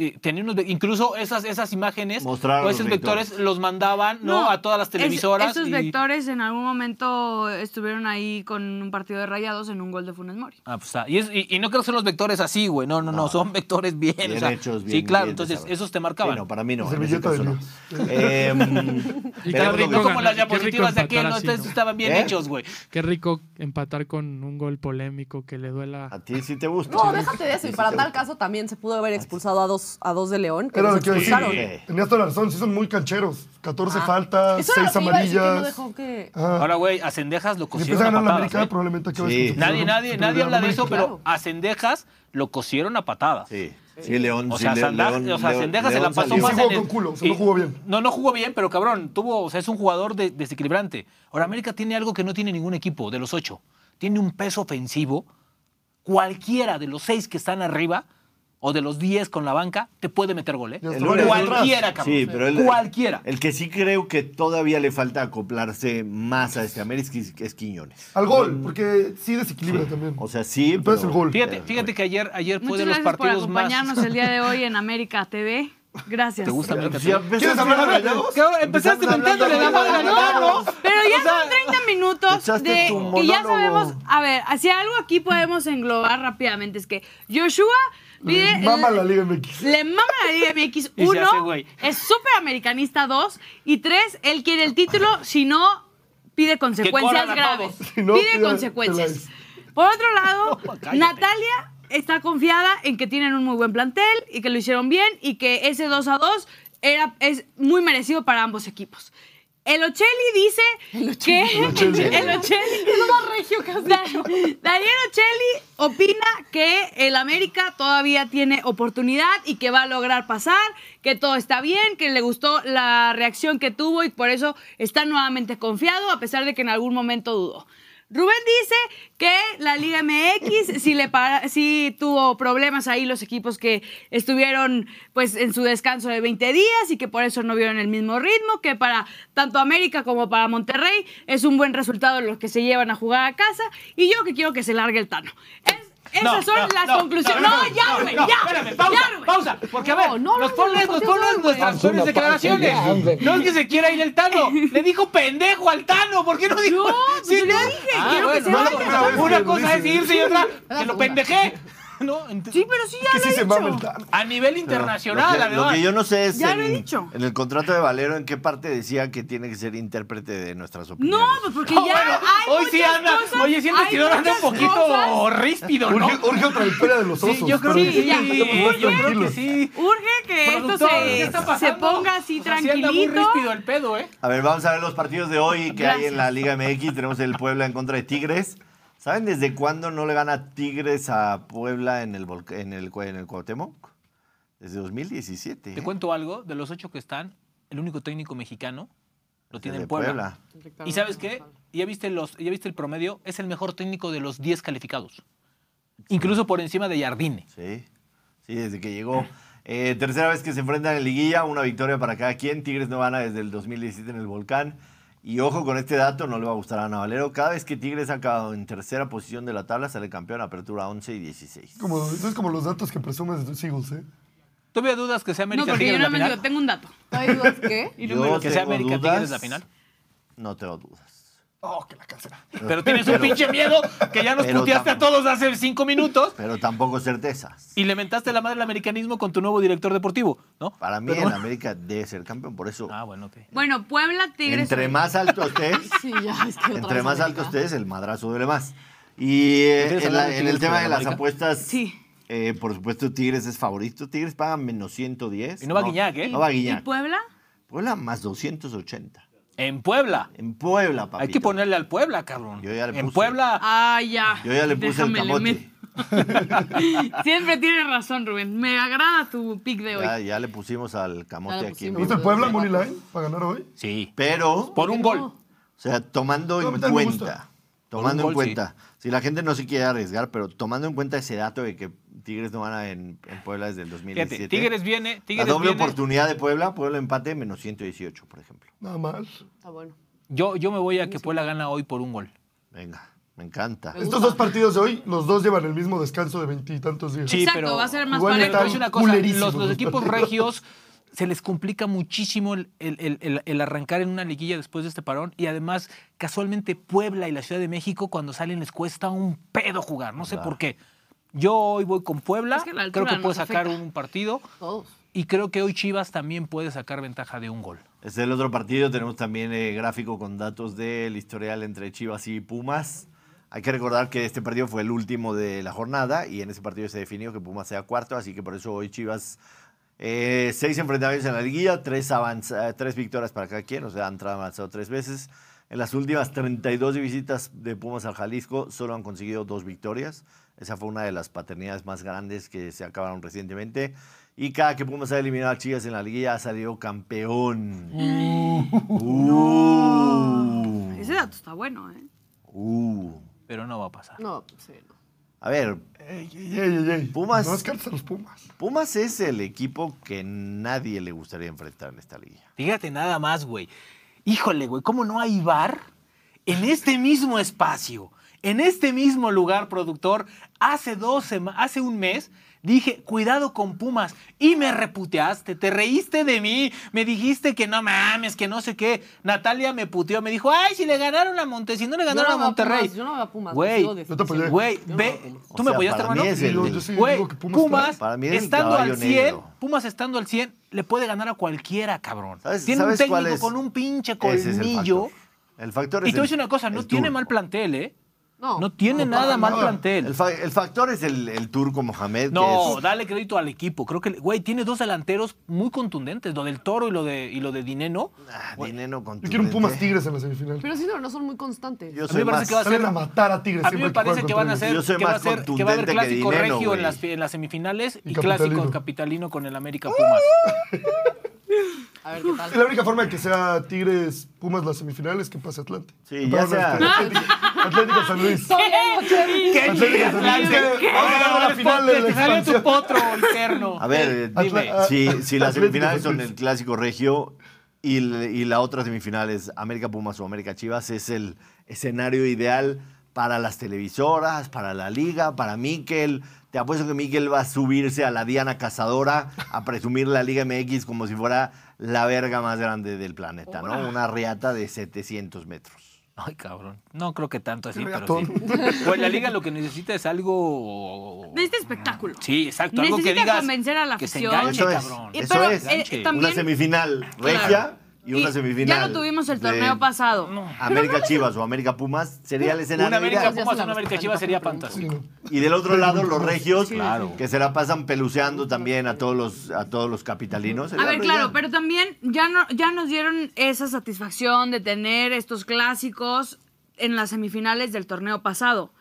Speaker 2: eh, tenía unos ve- incluso esas, esas imágenes
Speaker 1: Mostraron
Speaker 2: o
Speaker 1: los
Speaker 2: esos vectores
Speaker 1: vectores.
Speaker 2: los mandaban ¿no? a todas las
Speaker 5: es-
Speaker 2: televisoras.
Speaker 5: esos
Speaker 2: y-
Speaker 5: vectores en algún momento estuvieron ahí con un partido de rayados en un gol de Funes Mori.
Speaker 2: Ah, pues, está. y, es- y- y no creo que son los vectores así, güey. No, no, no,
Speaker 1: No.
Speaker 2: son vectores bien.
Speaker 1: Bien
Speaker 2: o sea,
Speaker 1: hechos, bien.
Speaker 2: sí, claro,
Speaker 1: bien
Speaker 2: entonces
Speaker 1: desarrollados.
Speaker 2: esos te
Speaker 1: Sí,
Speaker 2: marcaban.
Speaker 1: no, para mí no.
Speaker 4: La
Speaker 1: en ese
Speaker 4: servilleta
Speaker 1: caso
Speaker 4: de
Speaker 1: no.
Speaker 4: Dios.
Speaker 1: Eh, veremos
Speaker 6: Y qué
Speaker 1: lo que-
Speaker 6: rico
Speaker 2: No como
Speaker 6: ganar,
Speaker 2: las
Speaker 6: qué rico
Speaker 2: diapositivas de aquel,
Speaker 6: empatar
Speaker 2: no,
Speaker 6: así,
Speaker 2: ustedes
Speaker 6: ¿no?
Speaker 2: estaban bien
Speaker 1: ¿Eh?
Speaker 2: hechos, güey.
Speaker 6: Qué rico empatar con un gol polémico que le duela.
Speaker 1: a ti sí te gusta.
Speaker 3: No, déjate de eso. Y
Speaker 1: Sí, sí
Speaker 3: para
Speaker 1: te
Speaker 3: tal
Speaker 1: gusta.
Speaker 3: caso también se pudo haber expulsado a dos, a dos de León,
Speaker 4: Ah,
Speaker 3: que
Speaker 4: Era lo
Speaker 3: los
Speaker 4: que iba a decir.
Speaker 3: expulsaron.
Speaker 1: Sí.
Speaker 4: Tenías toda la razón. Sí, son muy cancheros. 14
Speaker 3: Ah.
Speaker 4: faltas,
Speaker 3: Eso era lo
Speaker 4: 6
Speaker 3: que iba a decir, que no
Speaker 4: amarillas.
Speaker 3: dejó que-
Speaker 4: Ajá.
Speaker 2: Ahora, güey, a Cendejas lo
Speaker 4: Si empieza a
Speaker 2: cosieron a
Speaker 4: ganar la
Speaker 2: patadas.
Speaker 4: América,
Speaker 2: ¿eh?
Speaker 4: probablemente acabes
Speaker 1: Sí.
Speaker 4: con tu
Speaker 2: Nadie,
Speaker 4: programa-
Speaker 2: nadie,
Speaker 4: tu
Speaker 2: nadie
Speaker 4: programa,
Speaker 2: habla de eso,
Speaker 4: claro.
Speaker 2: pero a Cendejas lo cosieron a patadas.
Speaker 1: Sí, sí, León.
Speaker 2: O
Speaker 1: sí,
Speaker 2: sea,
Speaker 1: Le-
Speaker 2: Sandá-
Speaker 1: León-
Speaker 2: o sea,
Speaker 1: León-
Speaker 2: Sendejas se la
Speaker 1: León
Speaker 2: pasó
Speaker 1: salió.
Speaker 2: más
Speaker 4: Sí jugó
Speaker 2: en el-
Speaker 4: con culo, o sea, no
Speaker 2: y-
Speaker 4: jugó bien.
Speaker 2: No, no jugó bien, pero cabrón, tuvo, o sea, es un jugador de- desequilibrante. Ahora, América tiene algo que no tiene ningún equipo de los ocho. Tiene un peso ofensivo. Cualquiera de los seis que están arriba o de los 10 con la banca, te puede meter gol, ¿eh?
Speaker 4: Ya
Speaker 1: El
Speaker 4: Lo
Speaker 1: único-
Speaker 2: cualquiera, cabrón.
Speaker 1: Sí, pero el-
Speaker 2: Cualquiera.
Speaker 1: El que sí creo que todavía le falta acoplarse más a este América es, es Quiñones.
Speaker 4: Al
Speaker 2: Mm.
Speaker 4: gol, porque sí desequilibra también.
Speaker 1: O sea, sí.
Speaker 4: Pero es el gol.
Speaker 2: Fíjate, fíjate que ayer, ayer fue
Speaker 5: Muchas
Speaker 2: de los
Speaker 5: gracias por
Speaker 2: partidos
Speaker 5: acompañarnos
Speaker 2: más.
Speaker 5: el día de hoy en este América TV. Gracias.
Speaker 2: ¿Te gusta América?
Speaker 1: Sí, a
Speaker 2: TV?
Speaker 1: veces-
Speaker 4: ¿Quieres hablar de rayados?
Speaker 2: Cabrón,
Speaker 1: Empezamos
Speaker 2: empezaste
Speaker 1: hablando
Speaker 2: mentándole la
Speaker 1: de
Speaker 2: madre a
Speaker 1: Rayados.
Speaker 2: Navarro.
Speaker 5: Pero ya
Speaker 2: O sea,
Speaker 5: son 30 minutos
Speaker 1: echaste
Speaker 5: de
Speaker 1: tu
Speaker 5: que ya
Speaker 1: monólogo.
Speaker 5: sabemos. A ver, hacia algo aquí podemos englobar rápidamente. Es que Joshua
Speaker 4: Le
Speaker 5: pide.
Speaker 4: Eh, Mama la Liga MX.
Speaker 5: Le mama la Liga MX.
Speaker 2: Y se
Speaker 5: Uno,
Speaker 2: hace güey.
Speaker 5: es súper americanista. Dos, y tres, él quiere el título. Si no, pide consecuencias
Speaker 2: corran a
Speaker 5: graves.
Speaker 2: todos.
Speaker 4: Si no,
Speaker 5: pide
Speaker 4: pide
Speaker 5: consecuencias.
Speaker 4: pelas.
Speaker 5: Por otro lado,
Speaker 2: No, cállate.
Speaker 5: Natalia está confiada en que tienen un muy buen plantel y que lo hicieron bien y que ese 2 a 2 era, es muy merecido para ambos equipos. El Ochelli dice que. El Ochelli. Da- Daniel Ocelli opina que el América todavía tiene oportunidad y que va a lograr pasar, que todo está bien, que le gustó la reacción que tuvo y por eso está nuevamente confiado, a pesar de que en algún momento dudó. Rubén dice que la Liga MX sí, le para- sí tuvo problemas ahí los equipos que estuvieron pues en su descanso de 20 días y que por eso no vieron el mismo ritmo, que para tanto América como para Monterrey es un buen resultado los que se llevan a jugar a casa y yo que quiero que se largue el Tano. Es- esas
Speaker 2: No,
Speaker 5: son
Speaker 2: no,
Speaker 5: las
Speaker 2: no,
Speaker 5: conclusiones. No, ya, Rubén,
Speaker 2: no,
Speaker 5: ya.
Speaker 2: Espérame,
Speaker 5: ya,
Speaker 2: pausa,
Speaker 5: Rubén.
Speaker 2: pausa. Porque, a
Speaker 3: No,
Speaker 2: ver,
Speaker 3: no,
Speaker 2: nos
Speaker 3: no,
Speaker 2: pones,
Speaker 3: no,
Speaker 2: nos
Speaker 3: no,
Speaker 2: pones
Speaker 3: no,
Speaker 2: nuestras
Speaker 7: güey.
Speaker 2: peores
Speaker 7: Haz
Speaker 2: declaraciones.
Speaker 7: una pausa ya,
Speaker 2: No es que se quiera ir el Tano. Le dijo pendejo al Tano. ¿Por qué no dijo?
Speaker 5: No, pues yo le dije, quiero que se
Speaker 2: bueno,
Speaker 5: vaya.
Speaker 2: no,
Speaker 4: Es la
Speaker 2: Una
Speaker 4: primera
Speaker 2: cosa
Speaker 4: vez
Speaker 2: es
Speaker 4: que lo
Speaker 2: irse y otra, que lo
Speaker 3: segunda.
Speaker 2: pendejé. No, ent-
Speaker 5: Sí, pero sí ya
Speaker 4: Que
Speaker 5: lo
Speaker 4: sí
Speaker 5: he
Speaker 4: se mama el
Speaker 5: dicho.
Speaker 4: Tano.
Speaker 2: a nivel
Speaker 1: lo,
Speaker 2: internacional,
Speaker 1: que, lo
Speaker 2: además.
Speaker 1: que yo no sé es
Speaker 5: Ya
Speaker 1: en,
Speaker 5: lo he dicho.
Speaker 1: en el contrato de Valero en qué parte decía que tiene que ser intérprete de nuestras opiniones.
Speaker 5: No, pues porque
Speaker 2: No,
Speaker 5: ya
Speaker 2: bueno,
Speaker 5: hay
Speaker 2: hoy sí
Speaker 5: muchas
Speaker 2: anda,
Speaker 5: cosas,
Speaker 2: oye, sí el
Speaker 5: hay
Speaker 2: vestidor anda un
Speaker 5: muchas
Speaker 2: poquito
Speaker 5: cosas.
Speaker 2: ríspido, ¿no?
Speaker 4: Urge, urge otra historia de los osos.
Speaker 2: Sí, yo creo
Speaker 4: pero-
Speaker 2: que sí,
Speaker 5: Sí, ya.
Speaker 2: yo creo que
Speaker 4: Tranquilos.
Speaker 2: sí.
Speaker 5: Urge que esto
Speaker 2: Productor, ¿qué está
Speaker 5: se, se
Speaker 2: pasando?
Speaker 5: ponga así
Speaker 2: O sea, sí anda muy
Speaker 5: tranquilito.
Speaker 2: ríspido el pedo, ¿eh?
Speaker 1: A ver, vamos a ver los partidos de hoy que hay en la Liga MX. Tenemos el Puebla en contra de Tigres. ¿Saben desde cuándo no le gana Tigres a Puebla en el, volca- en el, cua- en el Cuauhtémoc? Desde 2017.
Speaker 2: Te
Speaker 1: ¿eh?
Speaker 2: cuento algo, de los ocho que están, el único técnico mexicano lo tiene
Speaker 1: Desde
Speaker 2: en Puebla. ¿Y sabes qué? ¿Ya viste, los, ¿Ya viste el promedio? Es el mejor técnico de los 10 calificados. Incluso por encima de Jardine.
Speaker 1: Sí, sí, desde que llegó. Eh, tercera vez que se enfrentan en liguilla, una victoria para cada quien. Tigres no gana desde el 2017 en el Volcán. Y ojo con este dato, no le va a gustar a Ana Valero. Cada vez que Tigres ha acabado en tercera posición de la tabla, sale campeón apertura 11 y 16.
Speaker 4: Como, eso es como los datos que presumes de tus Eagles, ¿eh?
Speaker 2: ¿Todavía dudas que sea
Speaker 5: No,
Speaker 2: América
Speaker 5: porque
Speaker 2: Tigres
Speaker 5: yo
Speaker 2: la
Speaker 5: no me digo,
Speaker 2: final?
Speaker 5: tengo un dato.
Speaker 3: ¿No hay dudas qué?
Speaker 5: Y no
Speaker 1: Yo
Speaker 5: me lo-
Speaker 2: Que sea
Speaker 1: tengo
Speaker 2: América
Speaker 1: dudas.
Speaker 2: Tigres la final.
Speaker 1: No tengo dudas.
Speaker 4: Oh, que la cancela.
Speaker 2: Pero tienes un pinche miedo que ya nos
Speaker 1: pero
Speaker 2: puteaste a
Speaker 1: tampoco.
Speaker 2: todos hace cinco minutos
Speaker 1: Pero tampoco certezas.
Speaker 2: y le mentaste la madre al americanismo con tu nuevo director deportivo, ¿no?
Speaker 1: Para mí,
Speaker 2: Pero
Speaker 1: en
Speaker 2: bueno.
Speaker 1: América debe ser campeón. Por eso,
Speaker 2: Ah, bueno, ok.
Speaker 5: Bueno, Puebla, Tigres.
Speaker 1: entre
Speaker 5: hoy.
Speaker 1: más alto estés,
Speaker 3: Sí, ya, es que otra
Speaker 1: entre
Speaker 3: vez
Speaker 1: más alto
Speaker 3: América.
Speaker 1: estés, el madrazo duele más. Y eh,
Speaker 2: ¿Quieres
Speaker 1: en, la-
Speaker 2: hablar de
Speaker 1: en el
Speaker 2: Tigres
Speaker 1: tema
Speaker 2: con
Speaker 1: de las
Speaker 2: América?
Speaker 1: apuestas,
Speaker 5: Sí.
Speaker 1: eh, por supuesto, Tigres es favorito. Tigres paga menos 110.
Speaker 2: Y no va Guiñac, ¿eh?
Speaker 5: ¿Y-
Speaker 1: No va
Speaker 5: ¿Y
Speaker 1: Guiñac.
Speaker 5: Puebla?
Speaker 1: Puebla más 280.
Speaker 2: En Puebla.
Speaker 1: En Puebla, papito.
Speaker 2: Hay que ponerle al Puebla, cabrón.
Speaker 1: Yo ya le
Speaker 2: en
Speaker 1: puse.
Speaker 2: Puebla.
Speaker 5: Ah, ya.
Speaker 1: Yo ya le puse
Speaker 5: Déjame,
Speaker 1: el
Speaker 5: le
Speaker 1: camote.
Speaker 5: meto. Siempre tienes razón, Rubén. Me agrada tu pick de hoy.
Speaker 1: Ya, ya le pusimos al camote
Speaker 3: Ya le
Speaker 1: aquí. en
Speaker 4: ¿Te
Speaker 3: pusimos.
Speaker 1: vivo.
Speaker 4: gusta el Puebla Money Line para ganar hoy?
Speaker 2: Sí.
Speaker 1: Pero, o
Speaker 2: Por un gol.
Speaker 1: sea, tomando
Speaker 4: No, a mí
Speaker 1: en
Speaker 4: también me gusta.
Speaker 1: cuenta. Tomando
Speaker 2: Por
Speaker 1: en
Speaker 2: un gol, sí.
Speaker 1: cuenta. Si la gente no se quiere arriesgar, pero tomando en cuenta ese dato de que Tigres no gana en, en Puebla desde el 2017.
Speaker 2: Fíjate, Tigres viene,
Speaker 1: ¿eh? la
Speaker 2: Tigres
Speaker 1: doble
Speaker 2: viene.
Speaker 1: oportunidad de Puebla, Puebla empate menos 118, por ejemplo.
Speaker 4: Nada mal.
Speaker 3: Está bueno.
Speaker 2: Yo, yo me voy a que Puebla gana hoy por un gol.
Speaker 1: Venga, me encanta.
Speaker 4: Estos dos partidos de hoy, los dos llevan el mismo descanso de veintitantos días.
Speaker 2: Sí,
Speaker 5: Exacto,
Speaker 2: pero-
Speaker 5: va a ser más
Speaker 4: Igual
Speaker 2: Pero te voy a
Speaker 5: parejo.
Speaker 2: decir
Speaker 4: Están
Speaker 2: una cosa,
Speaker 4: culerísimos
Speaker 2: los, los
Speaker 4: los
Speaker 2: equipos
Speaker 4: partidos.
Speaker 2: regios se les complica muchísimo el, el- el- el- el arrancar en una liguilla después de este parón y además casualmente Puebla y la Ciudad de México cuando salen les cuesta un pedo jugar, no sé por qué. Yo hoy voy con Puebla,
Speaker 5: Es que la altura
Speaker 2: creo que puede
Speaker 5: nos
Speaker 2: sacar
Speaker 5: afecta.
Speaker 2: un partido
Speaker 3: Todos.
Speaker 2: y creo que hoy Chivas también puede sacar ventaja de un gol.
Speaker 1: Es el otro partido. Tenemos también eh, gráfico con datos del historial entre Chivas y Pumas. Hay que recordar que este partido fue el último de la jornada y en ese partido se definió que Pumas sea cuarto, así que por eso hoy Chivas eh, seis enfrentamientos en la liguilla, tres, avanza- tres victorias para cada quien, o sea, han avanzado tres veces. En las últimas 32 visitas de Pumas al Jalisco solo han conseguido dos victorias. Esa fue una de las paternidades más grandes que se acabaron recientemente. Y cada que Pumas ha eliminado a Chivas en la liguilla ha salido campeón. Uh.
Speaker 5: Ese dato está bueno, ¿eh?
Speaker 1: Uh.
Speaker 2: Pero no va a pasar.
Speaker 3: No, sí, no.
Speaker 1: A ver,
Speaker 4: Ey, ey, ey, ey, ey.
Speaker 1: Pumas.
Speaker 4: No descartes a los Pumas.
Speaker 1: Pumas es el equipo que nadie le gustaría enfrentar en esta liga.
Speaker 2: Fíjate nada más, güey. Híjole, güey, ¿cómo no hay bar en este mismo espacio? En este mismo lugar, productor, hace dos sema- hace un mes dije, cuidado con Pumas, y me reputeaste, te reíste de mí, me dijiste que no mames, que no sé qué. Natalia me puteó, me dijo, ay, si le ganaron a Montes, si no le
Speaker 3: Yo
Speaker 2: ganaron
Speaker 3: no
Speaker 2: a
Speaker 3: veo a
Speaker 2: Monterrey.
Speaker 3: Pumas, yo no veo a Pumas.
Speaker 2: Güey,
Speaker 3: sigo
Speaker 4: Yo te apoyé.
Speaker 3: defensivo.
Speaker 2: Güey,
Speaker 3: Yo no
Speaker 2: ve,
Speaker 3: veo a Pumas.
Speaker 2: tú
Speaker 1: O
Speaker 2: me
Speaker 1: sea,
Speaker 2: apoyaste,
Speaker 1: para mí
Speaker 2: hermano.
Speaker 1: es el-
Speaker 4: Yo- yo sí
Speaker 2: Güey,
Speaker 4: digo que Pumas
Speaker 2: Pumas,
Speaker 4: trae-
Speaker 1: para mí es el
Speaker 2: estando
Speaker 1: caballo
Speaker 2: al 100,
Speaker 1: negro.
Speaker 2: Pumas estando al 100, le puede ganar a cualquiera, cabrón.
Speaker 1: ¿Sabes-
Speaker 2: tiene
Speaker 1: sabes
Speaker 2: un
Speaker 1: cuál
Speaker 2: técnico
Speaker 1: es?
Speaker 2: con un pinche
Speaker 1: Ese es el
Speaker 2: colmillo.
Speaker 1: factor. El factor
Speaker 2: y
Speaker 1: es
Speaker 2: te voy a decir
Speaker 1: el-
Speaker 2: una cosa, no
Speaker 1: el
Speaker 2: tiene
Speaker 1: turco.
Speaker 2: mal plantel, ¿eh?
Speaker 3: No.
Speaker 2: No tiene
Speaker 4: No,
Speaker 2: nada
Speaker 4: para
Speaker 2: mal
Speaker 4: nada.
Speaker 2: plantel.
Speaker 1: El, fa- el factor es el, el turco Mohamed.
Speaker 2: No,
Speaker 1: que es-
Speaker 2: dale crédito al equipo. Creo que, güey, tiene dos delanteros muy contundentes, lo del Toro y lo de, y lo de Dineno.
Speaker 1: Ah, dinero con
Speaker 4: Yo quiero un Pumas Tigres en la semifinal.
Speaker 3: Pero sí, no, no son muy constantes.
Speaker 1: Yo
Speaker 2: A mí
Speaker 1: soy
Speaker 2: me parece
Speaker 1: más-
Speaker 2: que va a
Speaker 4: Salen
Speaker 2: ser-
Speaker 4: a matar a Tigres.
Speaker 2: A mí me
Speaker 4: siempre
Speaker 2: parece que van a
Speaker 4: juegan contra
Speaker 2: ser,
Speaker 1: Yo soy
Speaker 2: que va a
Speaker 1: más
Speaker 2: ser- que va a haber
Speaker 1: contundente que
Speaker 2: clásico
Speaker 1: Dineno,
Speaker 2: regio en
Speaker 1: güey.
Speaker 2: las, en las semifinales y,
Speaker 4: Y
Speaker 2: clásico
Speaker 4: capitalino.
Speaker 2: capitalino con el América Pumas.
Speaker 3: A ver qué
Speaker 4: ellos. Y la
Speaker 3: tal.
Speaker 4: única forma de que sea Tigres Pumas las semifinales es que pase Atlante.
Speaker 1: Sí, ya
Speaker 4: Perdón,
Speaker 1: sea-
Speaker 4: este, Atlético, Atlético San Luis.
Speaker 2: ¿Qué
Speaker 4: Atlético San Luis. que va a ganar la final de la
Speaker 2: Te salió tu
Speaker 4: expansión.
Speaker 2: potro interno.
Speaker 1: A ver,
Speaker 2: Dime.
Speaker 4: Eh, Atla- ah,
Speaker 1: si, si las
Speaker 4: Atlético
Speaker 1: semifinales son
Speaker 4: San Luis.
Speaker 1: el clásico regio y, l- y la otra semifinal es América Pumas o América Chivas, es el escenario ideal para las televisoras, para la liga, para Miquel. Te apuesto que Miquel va a subirse a la Diana Cazadora a presumir la Liga MX como si fuera la verga más grande del planeta, ¿no? Una riata de 700 metros.
Speaker 2: Ay, cabrón. No creo que tanto así,
Speaker 4: Qué
Speaker 2: pero sí. Pues la liga lo que necesita es algo.
Speaker 5: Necesita espectáculo.
Speaker 2: Sí, exacto. Algo que
Speaker 5: Necesita
Speaker 2: digas.
Speaker 5: convencer a la
Speaker 2: que se
Speaker 5: afición.
Speaker 2: enganche,
Speaker 1: Eso es.
Speaker 2: cabrón.
Speaker 5: Eh,
Speaker 1: Eso
Speaker 5: pero,
Speaker 1: es.
Speaker 5: eh,
Speaker 2: Ganche.
Speaker 5: también,
Speaker 1: Una semifinal regia
Speaker 5: Claro.
Speaker 1: y una
Speaker 5: Y
Speaker 1: semifinal.
Speaker 5: Ya lo tuvimos el
Speaker 1: de
Speaker 5: torneo pasado.
Speaker 1: América Chivas o América Pumas sería el escenario
Speaker 2: Una América
Speaker 1: ideal.
Speaker 3: ya
Speaker 2: Pumas,
Speaker 3: se la
Speaker 2: una América
Speaker 3: respetan,
Speaker 2: Chivas sería
Speaker 3: tampoco
Speaker 4: Sí,
Speaker 2: fantástico.
Speaker 4: no.
Speaker 1: Y del otro lado, los regios,
Speaker 2: Claro.
Speaker 1: que se la pasan peluceando también a todos los, a todos los capitalinos.
Speaker 5: A
Speaker 1: Sería
Speaker 5: ver,
Speaker 1: lo
Speaker 5: claro,
Speaker 1: ideal.
Speaker 5: pero también ya, no, ya nos dieron esa satisfacción de tener estos clásicos en las semifinales del torneo pasado.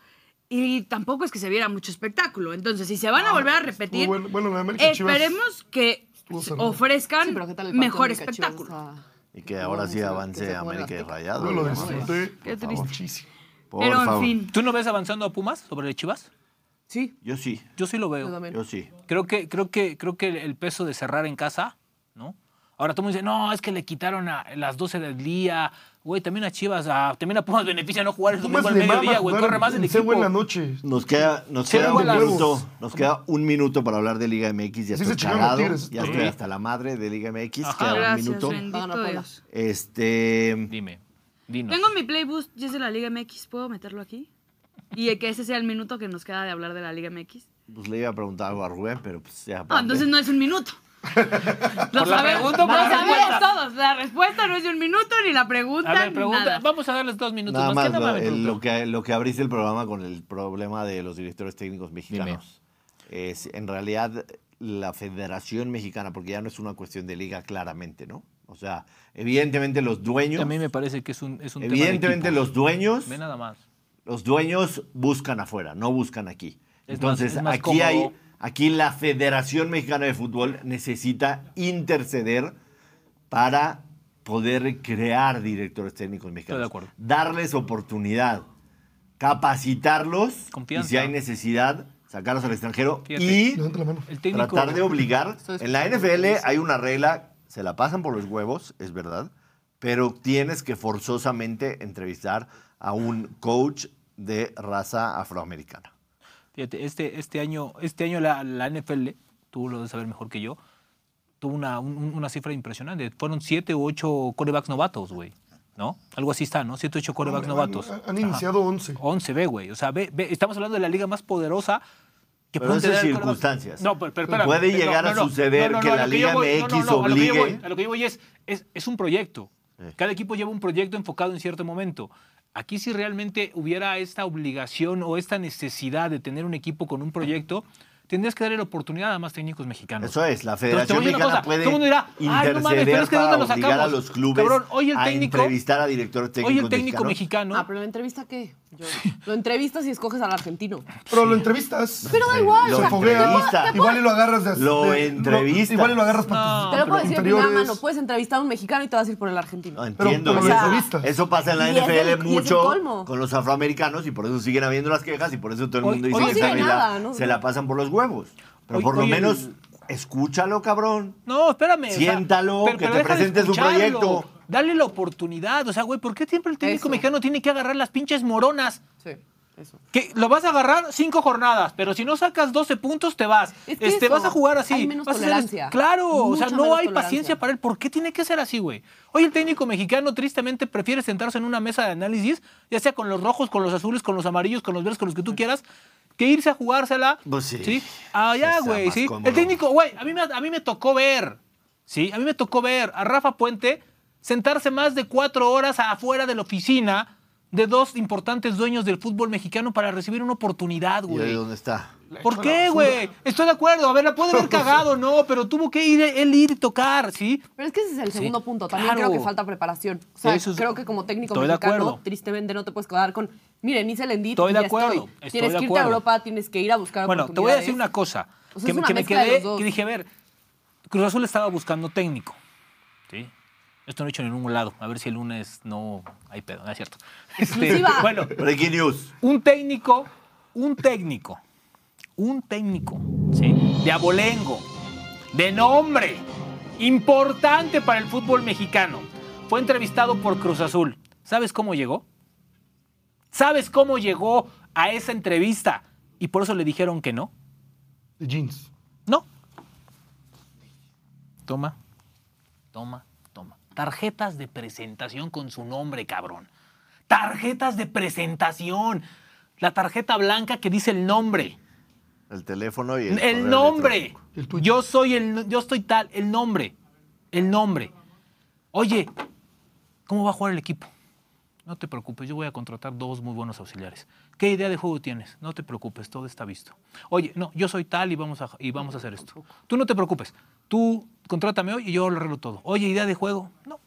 Speaker 5: Y tampoco es que se viera mucho espectáculo. Entonces, si se van a volver a repetir,
Speaker 4: Estuvo bueno, bueno, la América Chivas.
Speaker 5: esperemos que
Speaker 4: estuvo cerrado.
Speaker 5: ofrezcan
Speaker 3: Sí, pero ¿qué tal el partido
Speaker 5: mejor
Speaker 3: América Chivas? Ah.
Speaker 5: espectáculo.
Speaker 3: O sea,
Speaker 1: Y que ahora sí
Speaker 3: que se
Speaker 1: avance
Speaker 3: juega
Speaker 1: América y
Speaker 3: Azteca.
Speaker 1: Rayado.
Speaker 4: Yo lo
Speaker 1: ¿no?
Speaker 4: disfruté.
Speaker 5: Qué
Speaker 4: por favor,
Speaker 5: triste.
Speaker 4: muchísimo.
Speaker 1: Por
Speaker 5: Pero, en
Speaker 1: favor.
Speaker 5: fin.
Speaker 2: ¿Tú no ves avanzando a Pumas sobre Chivas?
Speaker 3: Sí,
Speaker 1: Yo sí,
Speaker 2: Yo sí lo
Speaker 3: yo
Speaker 2: veo.
Speaker 3: también.
Speaker 1: yo sí.
Speaker 2: Creo que, creo que, creo que el- el peso de cerrar en casa, ¿no? Ahora todo el mundo dice, no, es que le quitaron a las 12 del día. Güey, también a Chivas, a- también a Pumas beneficia no jugar el domingo
Speaker 4: Pumas
Speaker 2: al
Speaker 4: le mama
Speaker 2: mediodía, güey.
Speaker 4: jugar
Speaker 2: Corre más el
Speaker 4: en Cebo
Speaker 2: equipo.
Speaker 4: en la noche.
Speaker 1: Nos queda, nos
Speaker 2: Sí,
Speaker 1: queda un
Speaker 2: igual a los-
Speaker 1: minuto, nos queda un minuto para hablar de Liga MX. Ya
Speaker 4: Sí,
Speaker 1: estoy
Speaker 4: se chingaron
Speaker 1: cagado,
Speaker 4: los Tigres.
Speaker 1: ya estoy hasta la madre de Liga MX.
Speaker 2: Ajá.
Speaker 1: Queda un
Speaker 5: Ah, Gracias,
Speaker 1: minuto.
Speaker 3: Van a
Speaker 5: bendito
Speaker 3: Puebla.
Speaker 5: Dios.
Speaker 1: Este,
Speaker 2: Dime, dinos.
Speaker 5: Tengo mi playboost, y es de la Liga MX. ¿Puedo meterlo aquí? Y que ese sea el minuto que nos queda de hablar de la Liga MX.
Speaker 1: pues le iba a preguntar algo a Rubén, pero pues ya.
Speaker 5: Ah, entonces no es un minuto. Lo
Speaker 2: Por la
Speaker 5: sabemos,
Speaker 2: pregunta o por
Speaker 5: lo
Speaker 2: la
Speaker 5: sabemos
Speaker 2: respuesta.
Speaker 5: todos. La respuesta no es de un minuto, ni la pregunta,
Speaker 2: A ver, pregunta.
Speaker 5: ni nada.
Speaker 2: Vamos a darles dos minutos
Speaker 1: Nada
Speaker 2: más.
Speaker 1: más
Speaker 2: ¿Qué
Speaker 1: lo,
Speaker 2: nada más,
Speaker 1: el-
Speaker 2: productor?
Speaker 1: lo que, lo que abriste el programa con el problema de los directores técnicos mexicanos. Es, en realidad, la Federación Mexicana, porque ya no es una cuestión de liga claramente, ¿no? O sea, evidentemente los dueños,
Speaker 2: A mí me parece que es un, es un tema de
Speaker 1: evidentemente
Speaker 2: equipo.
Speaker 1: los dueños,
Speaker 2: Ve nada más.
Speaker 1: los dueños buscan afuera, no buscan aquí.
Speaker 2: Es
Speaker 1: Entonces,
Speaker 2: más- es más
Speaker 1: aquí
Speaker 2: cómodo.
Speaker 1: hay, aquí la Federación Mexicana de Fútbol necesita interceder para poder crear directores técnicos mexicanos.
Speaker 2: acuerdo.
Speaker 1: Darles oportunidad, capacitarlos
Speaker 2: Confianza.
Speaker 1: y si hay necesidad, sacarlos al extranjero
Speaker 2: Fíjate.
Speaker 1: y
Speaker 4: Levanta la mano.
Speaker 2: El técnico.
Speaker 1: tratar de obligar.
Speaker 3: Estoy
Speaker 1: En la NFL hay una regla, se la pasan por los huevos, es verdad, pero tienes que forzosamente entrevistar a un coach de raza afroamericana.
Speaker 2: Fíjate, este, este año, este año la, la NFL, tú lo debes saber mejor que yo, tuvo una, un- una cifra impresionante. Fueron siete u ocho corebacks novatos, güey. ¿No? Algo así está, ¿no? Siete u ocho corebacks
Speaker 4: Han-
Speaker 2: novatos.
Speaker 4: Han, han iniciado 11.
Speaker 2: 11, ve, güey. O sea, ve, ve, estamos hablando de la liga más poderosa que
Speaker 1: Pero
Speaker 2: pueden
Speaker 1: eso es
Speaker 2: tener el quarterback.
Speaker 1: circunstancias.
Speaker 2: No, pero, pero espérame.
Speaker 1: Puede
Speaker 2: No,
Speaker 1: llegar a
Speaker 2: no, no.
Speaker 1: suceder
Speaker 2: No, no,
Speaker 1: que
Speaker 2: no, a
Speaker 1: la
Speaker 2: lo yo
Speaker 1: Liga
Speaker 2: voy- no, no,
Speaker 1: MX
Speaker 2: no, a lo que yo
Speaker 1: obligue-
Speaker 2: voy- A lo que yo voy es, es, es un proyecto. Cada equipo lleva un proyecto enfocado en cierto momento. Aquí si realmente hubiera esta obligación o esta necesidad de tener un equipo con un proyecto, tendrías que darle la oportunidad a más técnicos mexicanos.
Speaker 1: Eso es, la
Speaker 2: Entonces, te
Speaker 1: Federación
Speaker 2: voy a decir una
Speaker 1: Mexicana
Speaker 2: cosa,
Speaker 1: puede
Speaker 2: todo el mundo dirá, "Ay, no mames,
Speaker 1: interceder
Speaker 2: pero es que
Speaker 1: para
Speaker 2: ¿de dónde lo
Speaker 1: obligar a
Speaker 2: sacamos?".
Speaker 1: los clubes
Speaker 2: Cabrón, hoy el
Speaker 1: a
Speaker 2: técnico-
Speaker 1: entrevistar a directores técnicos
Speaker 2: Hoy el técnico
Speaker 1: mexicanos.
Speaker 2: mexicano
Speaker 3: Ah, pero la entrevista qué? Yo- Lo entrevistas y escoges al argentino.
Speaker 4: Pero lo entrevistas.
Speaker 3: Pero da igual.
Speaker 1: Lo
Speaker 3: o sea,
Speaker 4: Se
Speaker 3: te puedo-
Speaker 1: entrevista.
Speaker 3: te puedo-
Speaker 4: Igual y lo agarras de
Speaker 1: Lo
Speaker 4: de-
Speaker 1: entrevistas.
Speaker 4: Igual y lo agarras para
Speaker 5: No.
Speaker 2: Ah,
Speaker 4: tus
Speaker 3: Te lo puedo decir de primera
Speaker 4: inferiores.
Speaker 3: mano. Puedes entrevistar a un mexicano y te vas a ir por el argentino.
Speaker 1: No, entiendo.
Speaker 4: pero
Speaker 1: güey.
Speaker 3: lo
Speaker 1: Eso-
Speaker 4: entrevistas.
Speaker 1: Eso pasa en la
Speaker 3: Y es
Speaker 1: NFL
Speaker 3: el- y es el
Speaker 1: mucho
Speaker 3: colmo.
Speaker 1: con los afroamericanos y por eso siguen habiendo las quejas y por eso todo el mundo dice
Speaker 3: hoy
Speaker 1: que
Speaker 3: sí
Speaker 1: esta
Speaker 3: de
Speaker 1: vida
Speaker 3: nada, ¿no?
Speaker 1: se la pasan por los huevos. Pero
Speaker 2: Hoy-
Speaker 1: por lo
Speaker 2: hoy el-
Speaker 1: menos, escúchalo, cabrón.
Speaker 2: No, espérame. o sea,
Speaker 1: Siéntalo, que te
Speaker 2: deja de
Speaker 1: presente su
Speaker 2: escucharlo,
Speaker 1: proyecto.
Speaker 2: Dale la oportunidad. O sea, güey, ¿por qué siempre el técnico
Speaker 3: Eso.
Speaker 2: mexicano tiene que agarrar las pinches moronas?
Speaker 3: Sí, eso.
Speaker 2: Que lo vas a agarrar cinco jornadas, pero si no sacas 12 puntos, te vas.
Speaker 3: Es que
Speaker 2: este,
Speaker 3: eso,
Speaker 2: vas a jugar así.
Speaker 3: hay menos
Speaker 2: vas a ser-
Speaker 3: tolerancia.
Speaker 2: claro, o
Speaker 3: Mucha
Speaker 2: sea, no
Speaker 3: menos
Speaker 2: hay
Speaker 3: tolerancia.
Speaker 2: paciencia para él. ¿Por qué tiene que ser así, güey? Hoy el técnico mexicano tristemente prefiere sentarse en una mesa de análisis, ya sea con los rojos, con los azules, con los amarillos, con los verdes, con los que tú quieras, que irse a jugársela.
Speaker 1: Mm. Pues sí.
Speaker 2: Allá,
Speaker 1: Está
Speaker 2: güey,
Speaker 1: más
Speaker 2: sí.
Speaker 1: cómodo.
Speaker 2: El técnico, güey, a mí, me, a mí me tocó ver, sí, a mí me tocó ver a Rafa Puente sentarse más de cuatro horas afuera de la oficina de dos importantes dueños del fútbol mexicano para recibir una oportunidad,
Speaker 1: ¿Y ahí
Speaker 2: güey.
Speaker 1: dónde está?
Speaker 2: ¿Por qué, güey? Estoy de acuerdo. A ver, la puede haber cagado, no, pero tuvo que ir él ir y tocar, ¿sí?
Speaker 3: Pero es que ese es el segundo punto. También
Speaker 2: claro.
Speaker 3: creo que falta preparación. O sea,
Speaker 2: Eso es-
Speaker 3: creo que como técnico
Speaker 2: Estoy de
Speaker 3: mexicano,
Speaker 2: acuerdo.
Speaker 3: tristemente no te puedes quedar con. Miren, hice el Endit.
Speaker 2: Estoy
Speaker 3: y
Speaker 2: de
Speaker 3: ya
Speaker 2: acuerdo, estoy
Speaker 3: tienes
Speaker 2: de
Speaker 3: que irte a
Speaker 2: acuerdo.
Speaker 3: Europa, tienes que ir a buscar
Speaker 2: Bueno, te voy a decir una
Speaker 3: oportunidades.
Speaker 2: cosa.
Speaker 3: O sea,
Speaker 2: que
Speaker 3: es una
Speaker 2: que me
Speaker 3: mezcla de
Speaker 2: quedé,
Speaker 3: los dos.
Speaker 2: que dije, a ver, Cruz Azul estaba buscando técnico. ¿Sí? Esto no he hecho en ningún lado. A ver si el lunes no hay pedo, no es cierto. Este,
Speaker 3: Exclusiva.
Speaker 2: bueno,
Speaker 1: Breaking news.
Speaker 2: un técnico, un técnico, un técnico, ¿sí? De abolengo, de nombre, importante para el fútbol mexicano. Fue entrevistado por Cruz Azul. ¿Sabes cómo llegó? ¿Sabes cómo llegó a esa entrevista? Y por eso le dijeron que no.
Speaker 4: De jeans.
Speaker 2: No. Toma, toma, toma. Tarjetas de presentación con su nombre, cabrón. Tarjetas de presentación. La tarjeta blanca que dice el nombre.
Speaker 1: El teléfono y el.
Speaker 2: El,
Speaker 1: correo
Speaker 2: nombre.
Speaker 1: electrónico.
Speaker 4: El tuyo.
Speaker 2: Yo soy el. Yo estoy tal. El nombre. El nombre. Oye, ¿cómo va a jugar el equipo? No te preocupes, yo voy a contratar dos muy buenos auxiliares. ¿Qué idea de juego tienes? No te preocupes, todo está visto. Oye, no, yo soy tal y vamos a, y vamos a hacer esto. Tú no te preocupes, tú contrátame hoy y yo lo arreglo todo. Oye, idea de juego. No,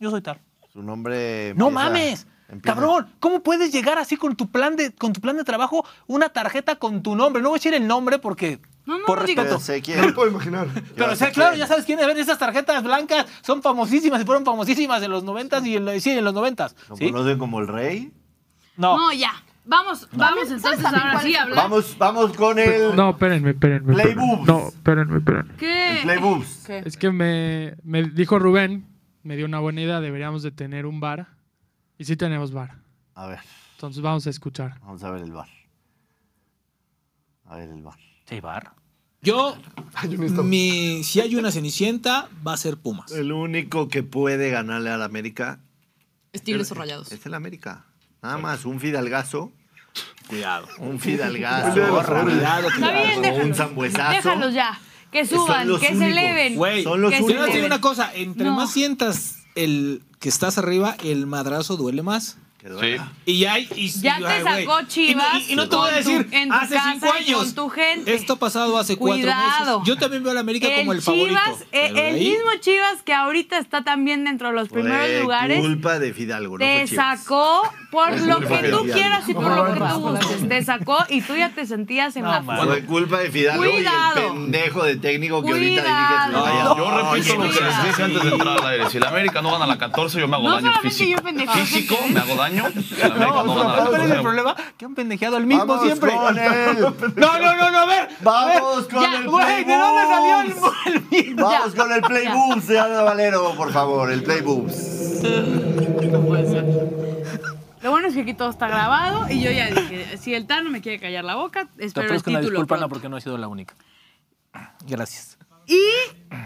Speaker 2: yo soy tal.
Speaker 1: Su nombre.
Speaker 2: No
Speaker 1: empieza-
Speaker 2: mames.
Speaker 1: empieza-
Speaker 2: Cabrón, ¿cómo puedes llegar así con tu plan de con tu plan de trabajo una tarjeta con tu nombre? No voy a decir el nombre porque
Speaker 5: No, no,
Speaker 2: por
Speaker 5: no
Speaker 2: respeto.
Speaker 1: Pero sé quién.
Speaker 4: No lo puedo imaginar.
Speaker 2: Pero o sea, claro, ya sabes quién es. A ver, esas tarjetas blancas son famosísimas y fueron famosísimas en los 90 y en, sí, en los 90
Speaker 1: ¿Lo
Speaker 2: ¿sí?
Speaker 1: conocen como el rey?
Speaker 2: No.
Speaker 5: No, ya. Vamos, vamos entonces
Speaker 3: también
Speaker 5: ahora
Speaker 3: cuál
Speaker 5: sí
Speaker 3: es
Speaker 5: a
Speaker 3: el
Speaker 5: hablar.
Speaker 1: Vamos, vamos con el.
Speaker 6: No, espérenme, espérenme.
Speaker 1: Play
Speaker 6: espérenme.
Speaker 1: boobs.
Speaker 6: No, espérenme, espérenme.
Speaker 5: ¿Qué?
Speaker 1: El Play Boobs.
Speaker 3: ¿Qué?
Speaker 6: Es que me, me dijo Rubén, me dio una buena idea, deberíamos de tener un bar. Y sí tenemos bar.
Speaker 1: A ver,
Speaker 6: Entonces vamos a escuchar.
Speaker 1: vamos a ver el bar. A ver el bar.
Speaker 2: Sí, bar. Yo,
Speaker 4: Ay, yo necesito-
Speaker 2: mi, si hay una cenicienta, va a ser Pumas.
Speaker 1: El único que puede ganarle al América
Speaker 3: Tigres o rayados.
Speaker 1: es el América. Nada más, un fidalgazo.
Speaker 2: Cuidado.
Speaker 1: Un
Speaker 4: Oye,
Speaker 1: fidalgazo.
Speaker 4: los favores.
Speaker 2: Cuidado,
Speaker 5: Está bien,
Speaker 1: O un
Speaker 5: déjalos.
Speaker 1: zambuesazo.
Speaker 5: Déjalos ya. Que
Speaker 1: Son
Speaker 5: suban,
Speaker 1: los
Speaker 5: que se
Speaker 1: únicos.
Speaker 5: eleven.
Speaker 7: Güey,
Speaker 1: Son los
Speaker 5: que
Speaker 7: Yo no
Speaker 1: únicos.
Speaker 7: te digo una cosa, entre
Speaker 5: No.
Speaker 7: más sientas el que estás arriba, el madrazo duele más.
Speaker 1: Que duela.
Speaker 7: Y ya hay- y-
Speaker 5: Ya
Speaker 7: y-
Speaker 5: te
Speaker 7: ay, güey.
Speaker 5: sacó Chivas.
Speaker 7: Y no, y no te voy a
Speaker 5: con tu-
Speaker 7: decir,
Speaker 5: en tu
Speaker 7: hace
Speaker 5: casa
Speaker 7: cinco
Speaker 5: y
Speaker 7: años.
Speaker 5: Con tu gente.
Speaker 7: Esto ha pasado hace cuatro
Speaker 5: Cuidado.
Speaker 7: meses. Yo también veo al América como el favorito.
Speaker 5: Chivas, eh,
Speaker 7: Pero de
Speaker 5: el
Speaker 7: ahí-
Speaker 5: mismo Chivas que ahorita está también dentro de los primeros
Speaker 1: Fue
Speaker 5: lugares.
Speaker 1: culpa de Fidalgo. no
Speaker 5: Te
Speaker 1: fue Chivas.
Speaker 5: sacó por lo
Speaker 1: culpa
Speaker 5: que
Speaker 1: de
Speaker 5: tú
Speaker 1: Fidalgo.
Speaker 5: quieras y por
Speaker 4: No,
Speaker 5: lo que
Speaker 4: no,
Speaker 5: tú
Speaker 4: no.
Speaker 5: gustes. Te sacó y tú ya te sentías en
Speaker 2: No,
Speaker 5: la
Speaker 2: man.
Speaker 5: fuga.
Speaker 1: Fue culpa de Fidalgo y el
Speaker 5: Cuidado.
Speaker 1: pendejo de técnico que ahorita dirige
Speaker 5: Cuidado.
Speaker 1: los Rayados.
Speaker 5: No,
Speaker 8: Yo repito lo que
Speaker 5: mira.
Speaker 8: les dije antes de entrar al aire. Si la América no gana la 14, yo me hago
Speaker 5: No
Speaker 8: daño
Speaker 5: solamente
Speaker 8: físico.
Speaker 5: yo, pendejo.
Speaker 8: Físico, me hago daño. Si la América no,
Speaker 2: No,
Speaker 8: gana
Speaker 2: ¿sabes cuál es
Speaker 8: la
Speaker 2: el
Speaker 8: 14.
Speaker 2: problema? Que han pendejeado el mismo
Speaker 1: Vamos
Speaker 2: siempre.
Speaker 1: con él.
Speaker 2: No, no, no, no, a ver. a ver.
Speaker 1: Vamos con
Speaker 5: Ya,
Speaker 1: el
Speaker 2: Güey, ¿de dónde salió el, el mismo?
Speaker 1: Vamos
Speaker 5: Ya.
Speaker 1: con el Play
Speaker 5: Ya.
Speaker 1: Boobs de Ana Valero, por favor, el Play Boobs.
Speaker 5: Lo bueno es que aquí todo está grabado y yo ya dije, si el Tano me quiere callar la boca,
Speaker 2: Te
Speaker 5: espero el
Speaker 2: ofrezco una
Speaker 5: título.
Speaker 2: disculpa, Ana,
Speaker 5: pronto.
Speaker 2: porque no he sido la única. Ah, Gracias.
Speaker 5: Y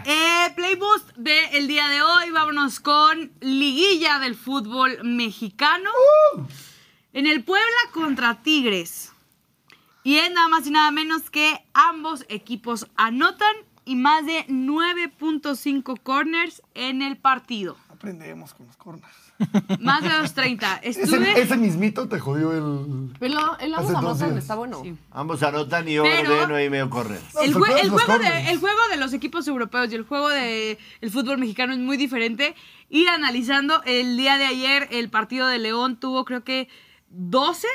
Speaker 5: eh, Playboost del día de hoy, vámonos con liguilla del fútbol mexicano.
Speaker 2: Uh.
Speaker 5: En el Puebla contra Tigres. Y es nada más y nada menos que ambos equipos anotan y más de 9.5 corners en el partido.
Speaker 4: Aprendemos con los corners.
Speaker 5: Más de 2.30.
Speaker 4: Ese,
Speaker 5: Estuve...
Speaker 4: ese mismito te jodió el.
Speaker 3: Pero el ambos
Speaker 4: Hace dos
Speaker 3: anotan,
Speaker 4: días.
Speaker 3: está bueno.
Speaker 5: Sí.
Speaker 1: Ambos anotan y over
Speaker 5: Pero-
Speaker 1: de nueve y medio correr.
Speaker 5: El,
Speaker 4: No,
Speaker 5: jue-
Speaker 4: pero
Speaker 5: el
Speaker 4: los
Speaker 5: juego
Speaker 4: corners.
Speaker 5: de, el juego de los equipos europeos y el juego del fútbol mexicano es muy diferente. Ir analizando el día de ayer, el partido de León tuvo creo que 12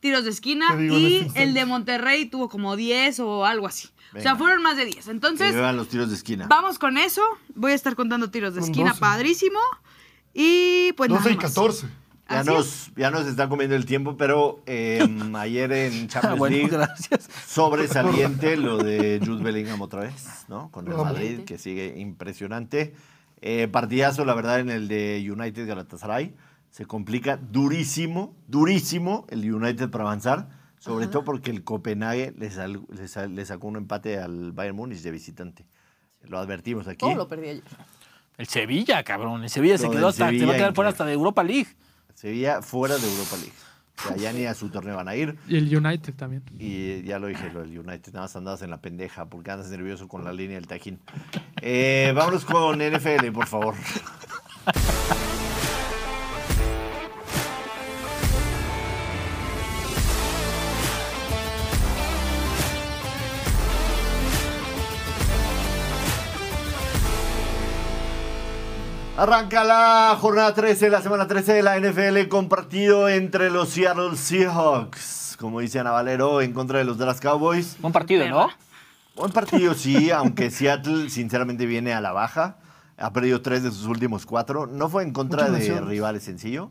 Speaker 5: tiros de esquina
Speaker 4: Te digo, en este
Speaker 5: y
Speaker 4: instante.
Speaker 5: el de Monterrey tuvo como 10 o algo así. O
Speaker 1: Venga.
Speaker 5: sea, fueron más de 10. Entonces,
Speaker 1: que llevan los tiros de esquina.
Speaker 5: vamos con eso. Voy a estar contando tiros de
Speaker 4: Con
Speaker 5: esquina
Speaker 4: 12.
Speaker 5: padrísimo. Y pues nada
Speaker 4: 12 y
Speaker 5: más.
Speaker 4: 14.
Speaker 1: Ya
Speaker 5: Así
Speaker 1: nos, ya nos está comiendo el tiempo, pero eh, ayer en
Speaker 7: Ah,
Speaker 1: Champions
Speaker 7: bueno,
Speaker 1: League,
Speaker 7: gracias.
Speaker 1: sobresaliente lo de Jude Bellingham otra vez, ¿no? Con el
Speaker 4: Vamos.
Speaker 1: Madrid, que sigue impresionante. Eh, partidazo, la verdad, en el de United Galatasaray. Se complica durísimo, durísimo el United para avanzar, sobre todo porque el Copenhague le, sal- le sal- le sacó un empate al Bayern Múnich de visitante. Lo advertimos aquí.
Speaker 3: Todo lo perdí ayer.
Speaker 2: El Sevilla, cabrón. El Sevilla se
Speaker 1: Lo
Speaker 2: quedó
Speaker 1: del
Speaker 2: hasta. se va
Speaker 1: Sevilla,
Speaker 2: a quedar
Speaker 1: increíble.
Speaker 2: fuera hasta de Europa League.
Speaker 1: Sevilla fuera de Europa League. O sea, ya ni a su torneo van a ir.
Speaker 6: Y el United también.
Speaker 1: Y ya lo dije, lo del United, nada más andabas en la pendeja porque andas nervioso con la línea del tajín. Eh, vámonos con NFL, por favor. Arranca la jornada 13, la semana 13 de la NFL con partido entre los Seattle Seahawks, como dice Ana Valero, en contra de los Dallas Cowboys.
Speaker 2: Buen partido, ¿no?
Speaker 1: Buen partido, sí, aunque Seattle sinceramente viene a la baja. Ha perdido tres de sus últimos cuatro. No fue en contra
Speaker 4: Muchas
Speaker 1: de
Speaker 4: lesiones.
Speaker 1: rivales sencillo.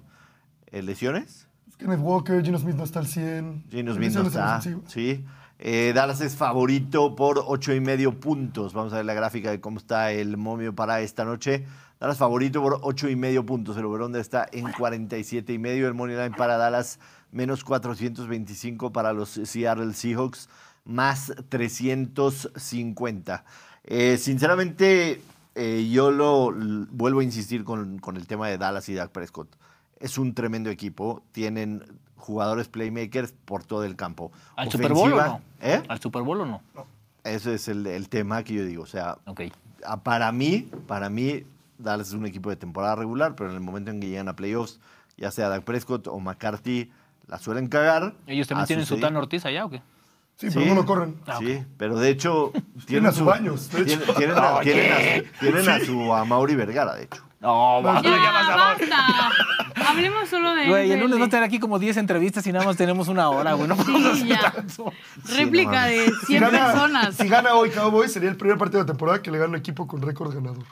Speaker 1: Eh, ¿Lesiones?
Speaker 4: Es Kenneth Walker, Gino Smith no está al 100.
Speaker 1: Sí, nos
Speaker 4: También
Speaker 1: vino
Speaker 4: son los
Speaker 1: está.
Speaker 4: ofensivos.
Speaker 1: Sí. Eh, Dallas es favorito por ocho y medio puntos. Vamos a ver la gráfica de cómo está el momio para esta noche. Dallas favorito por ocho y medio puntos. El over está en 47 y medio. El money line para Dallas menos 425 para los Seattle Seahawks más 350. Eh, sinceramente, eh, yo lo l- vuelvo a insistir con, con el tema de Dallas y Dak Prescott. Es un tremendo equipo. Tienen jugadores playmakers por todo el campo.
Speaker 2: ¿Al Super Bowl o
Speaker 1: Ofensiva,
Speaker 2: no?
Speaker 1: ¿eh?
Speaker 2: ¿Al Super Bowl o no?
Speaker 1: Ese es el, el tema que yo digo. O sea,
Speaker 2: Ok.
Speaker 1: a- para mí, para mí, Dallas es un equipo de temporada regular, pero en el momento en que llegan a playoffs, ya sea Dak Prescott o McCarthy, la suelen cagar.
Speaker 2: ¿Ellos también
Speaker 1: Ha
Speaker 2: tienen su
Speaker 1: sucedido.
Speaker 2: Tan Ortiz allá o qué?
Speaker 4: Sí, pero no lo corren.
Speaker 2: Ah,
Speaker 1: sí, pero de hecho
Speaker 4: Tienen a
Speaker 1: su-
Speaker 4: sus baños, de
Speaker 1: tienen-
Speaker 4: hecho.
Speaker 1: tienen a- tienen a- tienen a su a Mauri Vergara, de hecho.
Speaker 2: No, va.
Speaker 5: Ya, basta. Hablemos solo de.
Speaker 2: Güey, el
Speaker 5: NFL.
Speaker 2: lunes va a tener aquí como 10 entrevistas y nada más tenemos una hora, güey. No podemos
Speaker 5: Sí,
Speaker 2: hacer
Speaker 5: ya.
Speaker 2: tanto.
Speaker 5: Réplica de 100
Speaker 4: Si gana,
Speaker 5: personas.
Speaker 4: si gana hoy Cowboys, sería el primer partido de temporada que le gana un equipo con récord ganador.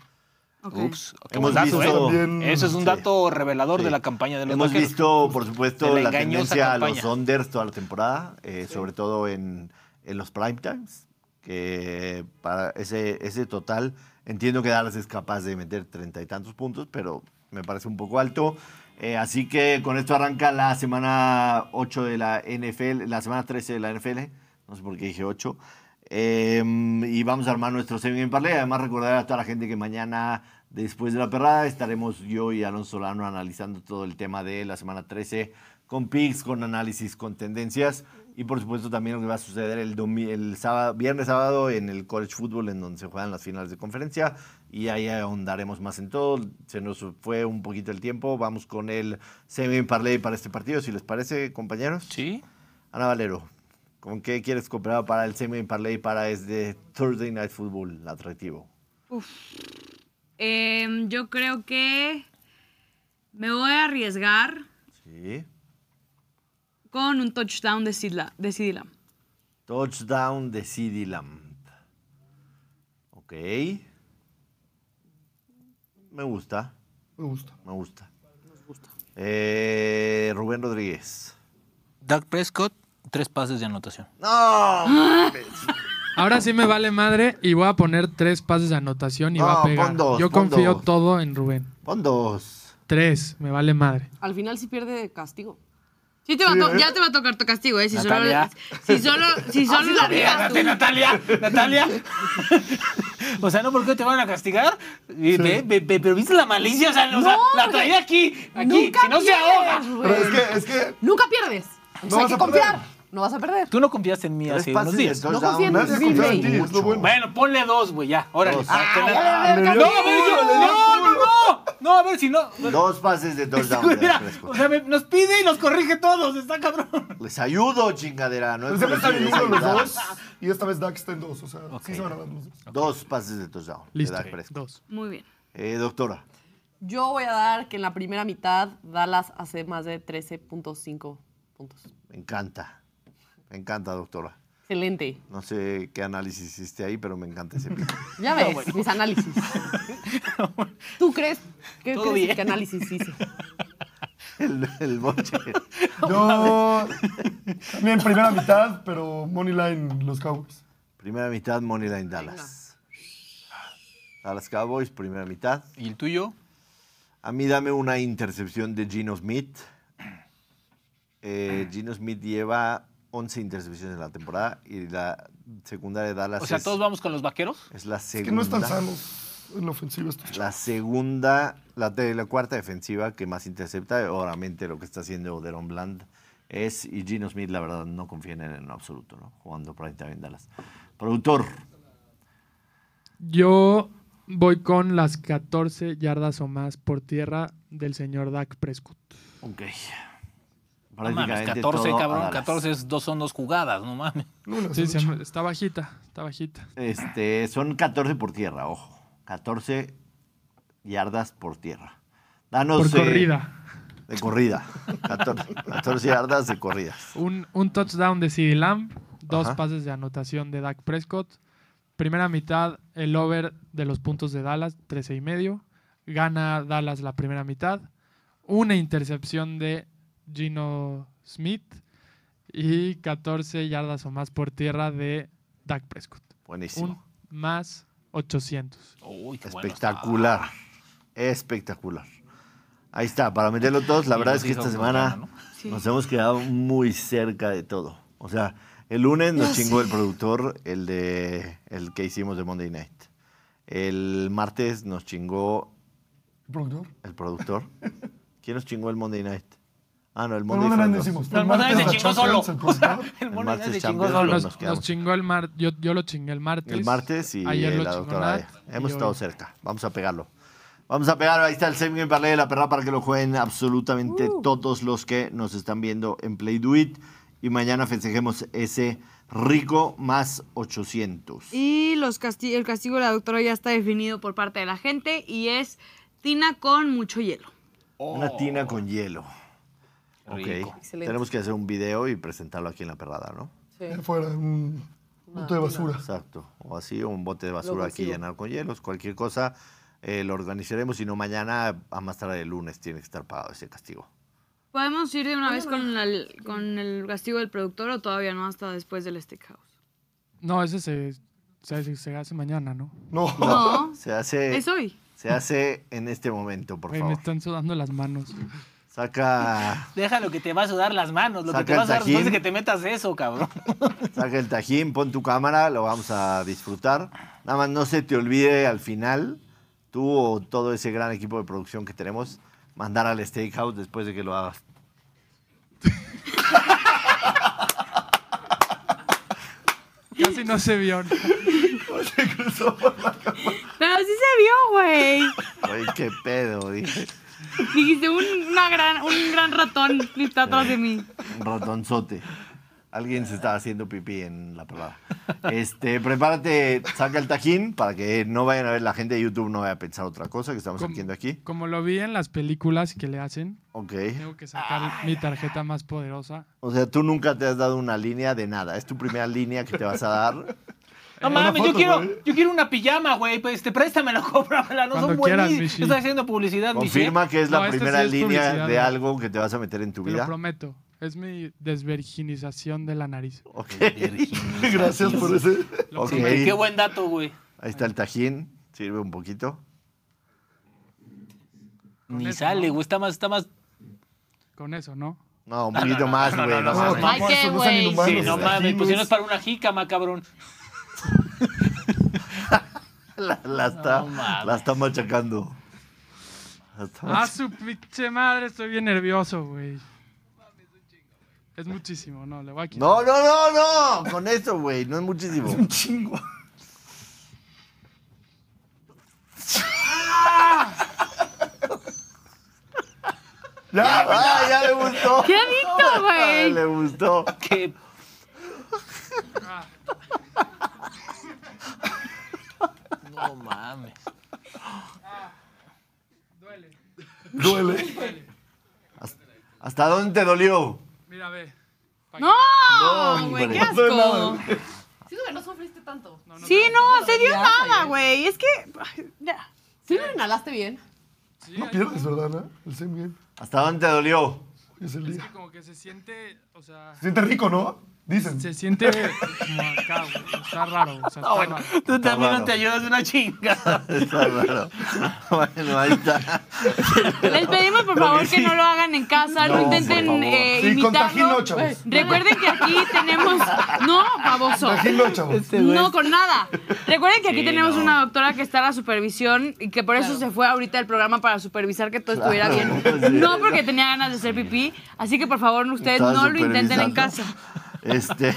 Speaker 5: Ok.
Speaker 2: Ups, qué
Speaker 1: Hemos
Speaker 2: buen dato,
Speaker 1: visto-
Speaker 2: ¿eh?
Speaker 4: También-
Speaker 2: Eso es un
Speaker 1: sí.
Speaker 2: dato revelador de la campaña de los
Speaker 1: Hemos
Speaker 2: vaqueros.
Speaker 1: visto, por supuesto,
Speaker 2: De
Speaker 1: la
Speaker 2: la engañosa
Speaker 1: tendencia a los
Speaker 2: campaña.
Speaker 1: unders toda la temporada, eh, sobre todo en, en los prime times, que para ese, ese total entiendo que Dallas es capaz de meter treinta y tantos puntos, pero me parece un poco alto. Eh, así que con esto arranca la semana 8 de la NFL, la semana 13 de la NFL, no sé por qué dije 8. Eh, y vamos a armar nuestro semi en parlay. Además, recordar a toda la gente que mañana, después de la perrada, estaremos yo y Alonso Solano analizando todo el tema de la semana 13 con picks, con análisis, con tendencias. Y por supuesto, también lo que va a suceder el, domi- el sábado, viernes, sábado en el College Football, en donde se juegan las finales de conferencia. Y ahí ahondaremos más en todo. Se nos fue un poquito el tiempo. Vamos con el semi en parlay para este partido, si les parece, compañeros.
Speaker 2: Sí.
Speaker 1: Ana Valero, ¿con qué quieres comprar para el semi parlay para este Thursday Night Football atractivo?
Speaker 5: Em, yo creo que me voy a arriesgar
Speaker 1: Sí.
Speaker 5: con un touchdown de Sidla- de CD Lamb.
Speaker 1: Touchdown de CD Lamb. Ok. Me gusta,
Speaker 4: Me gusta.
Speaker 1: me gusta. Nos gusta. Rubén Rodríguez.
Speaker 2: Doug Prescott, tres pases de anotación.
Speaker 1: No,
Speaker 6: Ahora sí me vale madre y voy a poner tres pases de anotación y
Speaker 1: No,
Speaker 6: va a pegar.
Speaker 1: pon dos,
Speaker 6: Yo
Speaker 1: pon
Speaker 6: confío
Speaker 1: dos.
Speaker 6: todo en Rubén.
Speaker 1: pon dos.
Speaker 6: Tres, me vale madre.
Speaker 3: Al final sí pierde castigo.
Speaker 5: Sí te va a to-
Speaker 4: ¿eh?
Speaker 5: ya te va a tocar tu castigo, ¿eh? Si solo,
Speaker 2: Natalia.
Speaker 5: si solo, si solo la pegas tú.
Speaker 2: Espérate, Natalia, Natalia. o sea, no porque te van a castigar. Eh, ve- ve- ve- pero viste la malicia, o sea, o sea, la traía aquí, aquí,
Speaker 3: Nunca
Speaker 2: que no se
Speaker 3: pierdes,
Speaker 2: ahoga.
Speaker 4: Pero
Speaker 3: Rubén.
Speaker 4: es que, es que
Speaker 3: Nunca pierdes. O sea, hay
Speaker 4: vas
Speaker 3: que
Speaker 4: a perder.
Speaker 3: confiar. No vas a perder.
Speaker 2: Tú no confiaste en mí
Speaker 1: Tres
Speaker 2: hace unos
Speaker 1: pases de
Speaker 2: días.
Speaker 1: touchdown.
Speaker 3: No confío en
Speaker 4: nadie ha confiado en ti, es lo
Speaker 1: Mucho.
Speaker 4: bueno.
Speaker 2: Bueno, ponle dos, güey, ya. Órale.
Speaker 1: Dos.
Speaker 2: para tener-
Speaker 4: Ah, le dio
Speaker 2: no, a ver,
Speaker 4: culo,
Speaker 2: yo-
Speaker 4: le dio
Speaker 2: no, no,
Speaker 4: culo.
Speaker 2: no. No, a ver si no.
Speaker 1: Dos pases de touchdown. de
Speaker 2: Mira,
Speaker 1: Prescott.
Speaker 2: o sea, me- nos pide y nos corrige todos, está cabrón.
Speaker 1: Les ayudo, chingadera. No
Speaker 4: Pero
Speaker 1: es
Speaker 4: siempre
Speaker 1: por
Speaker 4: están en
Speaker 1: decirles
Speaker 4: uno los
Speaker 1: ayudar.
Speaker 4: dos. Y esta vez Dak está en dos. O sea, sí se van a dar los dos.
Speaker 1: Dos pases de touchdown. de
Speaker 6: Listo.
Speaker 1: Dak Prescott.
Speaker 6: Dos.
Speaker 5: Muy bien.
Speaker 1: Eh, doctora,
Speaker 3: Yo voy a dar que en la primera mitad Dallas hace más de 13.5 puntos.
Speaker 1: Me encanta. Me encanta, doctora.
Speaker 3: Excelente.
Speaker 1: No sé qué análisis hiciste ahí, pero me encanta ese pico.
Speaker 3: Ya ves, mis análisis. ¿Tú crees? ¿Qué
Speaker 7: Todo
Speaker 3: crees
Speaker 7: bien.
Speaker 3: que análisis hice?
Speaker 1: El, el boche.
Speaker 4: Yo también primera mitad, pero money line los Cowboys.
Speaker 1: Primera mitad, Moneyline Dallas. Dallas Cowboys, primera mitad.
Speaker 2: ¿Y el tuyo?
Speaker 1: A mí dame una intercepción de Gino Smith.
Speaker 2: Ah.
Speaker 1: Eh, Gino Smith lleva 11 intercepciones en la temporada y la secundaria de Dallas
Speaker 2: O sea,
Speaker 1: es,
Speaker 2: ¿todos vamos con los vaqueros?
Speaker 1: es la
Speaker 4: Es
Speaker 1: segunda.
Speaker 4: que no están sanos en la ofensiva estos
Speaker 1: La segunda, la, de- la cuarta defensiva que más intercepta, obviamente lo que está haciendo Deron Bland es, y Gino Smith, la verdad, no confía en él en absoluto, ¿no? Jugando prime time en Dallas. Productor,
Speaker 6: Yo voy con las 14 yardas o más por tierra del señor Dak Prescott.
Speaker 1: ok.
Speaker 2: No mames,
Speaker 1: Prácticamente
Speaker 2: 14,
Speaker 1: todo a
Speaker 2: cabrón.
Speaker 1: Dallas.
Speaker 2: 14 es dos, son dos jugadas, no mames.
Speaker 4: Pues
Speaker 6: Sí, se me- está bajita, está bajita.
Speaker 1: Este, son 14 por tierra, ojo. 14 yardas por tierra. Danos,
Speaker 6: Por
Speaker 1: eh,
Speaker 6: corrida.
Speaker 1: De corrida. 14, 14 yardas de corridas.
Speaker 6: Un, un touchdown de CeeDee Lamb, dos
Speaker 1: Ajá.
Speaker 6: pases de anotación de Dak Prescott. Primera mitad, el over de los puntos de Dallas, 13 y medio. Gana Dallas la primera mitad. Una intercepción de Gino Smith y 14 yardas o más por tierra de Dak Prescott. Un
Speaker 1: Buenísimo.
Speaker 6: más 800.
Speaker 2: Uy, qué bueno está.
Speaker 1: Espectacular. Espectacular. Ahí está, para meterlo todos, la
Speaker 2: Y
Speaker 1: verdad
Speaker 2: nos
Speaker 1: es que esta
Speaker 2: hizo
Speaker 1: semana
Speaker 2: programa,
Speaker 5: Sí.
Speaker 1: nos hemos quedado muy cerca de todo. O sea, el lunes nos chingó el productor, el de el que hicimos de Monday Night. El martes nos chingó
Speaker 4: ¿Productor?
Speaker 1: el productor. ¿Quién nos chingó el Monday Night? Ah, no, el
Speaker 4: No,
Speaker 1: Monday
Speaker 4: no, no, no
Speaker 1: Night.
Speaker 4: hicimos.
Speaker 2: No, el Monday
Speaker 4: martes
Speaker 2: Night
Speaker 4: la
Speaker 2: se chingó
Speaker 4: Champions,
Speaker 2: solo.
Speaker 4: el productor.
Speaker 2: El
Speaker 1: El
Speaker 2: mono
Speaker 1: martes
Speaker 2: ya se chingó
Speaker 1: Champions,
Speaker 2: solo.
Speaker 1: nos
Speaker 6: Nos,
Speaker 1: quedamos.
Speaker 6: nos chingó el martes. Yo, yo lo chingué el martes.
Speaker 1: El martes y
Speaker 6: Ayer lo
Speaker 1: la
Speaker 6: chingó
Speaker 1: doctora
Speaker 6: Nat,
Speaker 1: Nadia. Hemos
Speaker 6: y
Speaker 1: estado
Speaker 6: hoy.
Speaker 1: cerca. Vamos a pegarlo. Vamos a pegarlo. Ahí está el semi parlay de la perra para que lo jueguen absolutamente
Speaker 6: Uh.
Speaker 1: todos los que nos están viendo en Play Do It. Y mañana festejemos ese rico más 800.
Speaker 5: Y los casti- el castigo de la doctora ya está definido por parte de la gente y es tina con mucho hielo.
Speaker 1: Una tina con hielo. Ok.
Speaker 2: Rico.
Speaker 3: Excelente.
Speaker 1: Tenemos que hacer un video y presentarlo aquí en la perrada, ¿no?
Speaker 4: Allá Afuera, eh, un bote de basura.
Speaker 1: Exacto. O así, o un bote de basura aquí
Speaker 3: consigo.
Speaker 1: llenado con hielos. Cualquier cosa eh, lo organizaremos. Si no, mañana, a más tarde el lunes, tiene que estar pagado ese castigo.
Speaker 5: ¿Podemos ir de una vez con, la- con el castigo del productor o todavía no hasta después del steakhouse?
Speaker 6: No, ese se, se, se hace mañana, ¿no?
Speaker 4: No.
Speaker 5: No,
Speaker 1: Se hace.
Speaker 5: es hoy.
Speaker 1: Se hace en este momento, por
Speaker 6: Güey, me
Speaker 1: favor.
Speaker 6: están sudando las manos.
Speaker 1: Saca,
Speaker 2: Déjalo que te va a sudar las manos. Lo
Speaker 1: Saca
Speaker 2: que te
Speaker 1: el
Speaker 2: va a sudar después
Speaker 1: tajín.
Speaker 2: es que te metas eso, cabrón.
Speaker 1: saca el tajín, pon tu cámara, lo vamos a disfrutar. Nada más no se te olvide al final, tú o todo ese gran equipo de producción que tenemos, mandar al steakhouse después de que lo hagas.
Speaker 6: Casi no se vio.
Speaker 5: Pero sí se vio, güey.
Speaker 1: Oye, qué pedo, dije.
Speaker 5: Dijiste un, una gran, un gran ratón está atrás de mí.
Speaker 1: Un ratonzote. Alguien se estaba haciendo pipí en la palabra. Este, prepárate, saca el tajín para que no vayan a ver la gente de YouTube, no vaya a pensar otra cosa que estamos
Speaker 6: Como-
Speaker 1: haciendo aquí.
Speaker 6: Como lo vi en las películas que le hacen,
Speaker 1: Ok.
Speaker 6: tengo que sacar mi tarjeta más poderosa.
Speaker 1: O sea, tú nunca te has dado una línea de nada. Es tu primera línea que te vas a dar.
Speaker 2: No
Speaker 4: una
Speaker 2: mames, yo
Speaker 4: foto,
Speaker 2: quiero,
Speaker 4: güey.
Speaker 2: yo quiero una pijama, güey. Pues te préstamela, cómpramela. No
Speaker 6: Cuando
Speaker 2: son
Speaker 6: quieras,
Speaker 2: buenísimas.
Speaker 6: Michi.
Speaker 2: Estás haciendo publicidad, Michi.
Speaker 1: Confirma que es la
Speaker 6: No, esta sí
Speaker 1: primera
Speaker 6: es
Speaker 1: línea
Speaker 6: publicidad,
Speaker 1: de
Speaker 6: ¿no?
Speaker 1: algo que te vas a meter en tu
Speaker 6: Te lo
Speaker 1: vida.
Speaker 6: prometo. Es mi desvirginización de la nariz.
Speaker 1: Ok.
Speaker 4: Gracias por ese.
Speaker 1: Ok.
Speaker 2: Sí, güey, Qué buen dato, güey.
Speaker 1: Ahí está el tajín. Sirve un poquito.
Speaker 2: Ni sale, güey. Está más, está más.
Speaker 6: Con eso, ¿no?
Speaker 1: No, un poquito más, güey. no
Speaker 4: No,
Speaker 1: mames.
Speaker 5: Ay,
Speaker 4: tampoco,
Speaker 5: qué
Speaker 4: eso no
Speaker 5: güey.
Speaker 4: sean inhumanos,
Speaker 2: Sí, no
Speaker 4: los
Speaker 2: mames, pues si no
Speaker 4: latinos.
Speaker 2: es para una jícama, cabrón.
Speaker 1: La, la está,
Speaker 2: No mames.
Speaker 1: la está machacando. La está
Speaker 6: Ah,
Speaker 1: mach-
Speaker 6: su pinche madre, estoy bien nervioso, güey. Es muchísimo, no, le voy a quitar.
Speaker 1: No, no, no, no. Con eso, güey. No es muchísimo.
Speaker 4: Un chingo. Ya,
Speaker 1: Ah, ya le gustó.
Speaker 5: ¡Qué adicto,
Speaker 1: Ah,
Speaker 5: güey!
Speaker 1: le gustó.
Speaker 2: Que No mames.
Speaker 4: duele.
Speaker 1: ¿Hasta dónde te dolió?
Speaker 6: Mira, Mira, ve.
Speaker 5: ¡No! Güey, qué
Speaker 4: No sé nada,
Speaker 5: asco.
Speaker 4: güey.
Speaker 9: Sí, güey, no sufriste tanto.
Speaker 5: Sí, no, se dio
Speaker 3: Ya,
Speaker 5: nada,
Speaker 3: ya.
Speaker 5: güey. Es que. ay, ya.
Speaker 3: Sí lo inhalaste bien.
Speaker 6: Sí,
Speaker 4: No
Speaker 6: hay-
Speaker 4: pierdes, ¿verdad, Ana? El same game.
Speaker 1: ¿Hasta dónde te dolió?
Speaker 4: Hoy es el
Speaker 6: es
Speaker 4: día.
Speaker 6: que como que se siente, o sea,
Speaker 4: Se siente rico, ¿no? Dicen.
Speaker 6: se siente como acá, güey. Está raro, o sea, está raro.
Speaker 7: Tú también
Speaker 1: raro.
Speaker 7: no te ayudas de una chingada.
Speaker 1: Está raro. Bueno, ahí está.
Speaker 5: Les pedimos, por favor, que no lo hagan en casa.
Speaker 1: No,
Speaker 5: No,
Speaker 1: por
Speaker 5: intenten
Speaker 1: favor.
Speaker 5: eh,
Speaker 4: Sí,
Speaker 5: imitarlo.
Speaker 4: contagino, chavos.
Speaker 5: Recuerden que aquí tenemos. No, baboso.
Speaker 4: Imagino, chavos.
Speaker 5: No, con nada. Recuerden que aquí
Speaker 2: Sí,
Speaker 5: tenemos
Speaker 2: no.
Speaker 5: una doctora que está a la supervisión y que por eso se fue ahorita del programa para supervisar que todo estuviera bien. No porque tenía ganas de hacer pipí. Así que, por favor, ustedes
Speaker 1: Estaba
Speaker 5: no lo intenten en
Speaker 1: supervisando.
Speaker 5: casa.
Speaker 1: Este.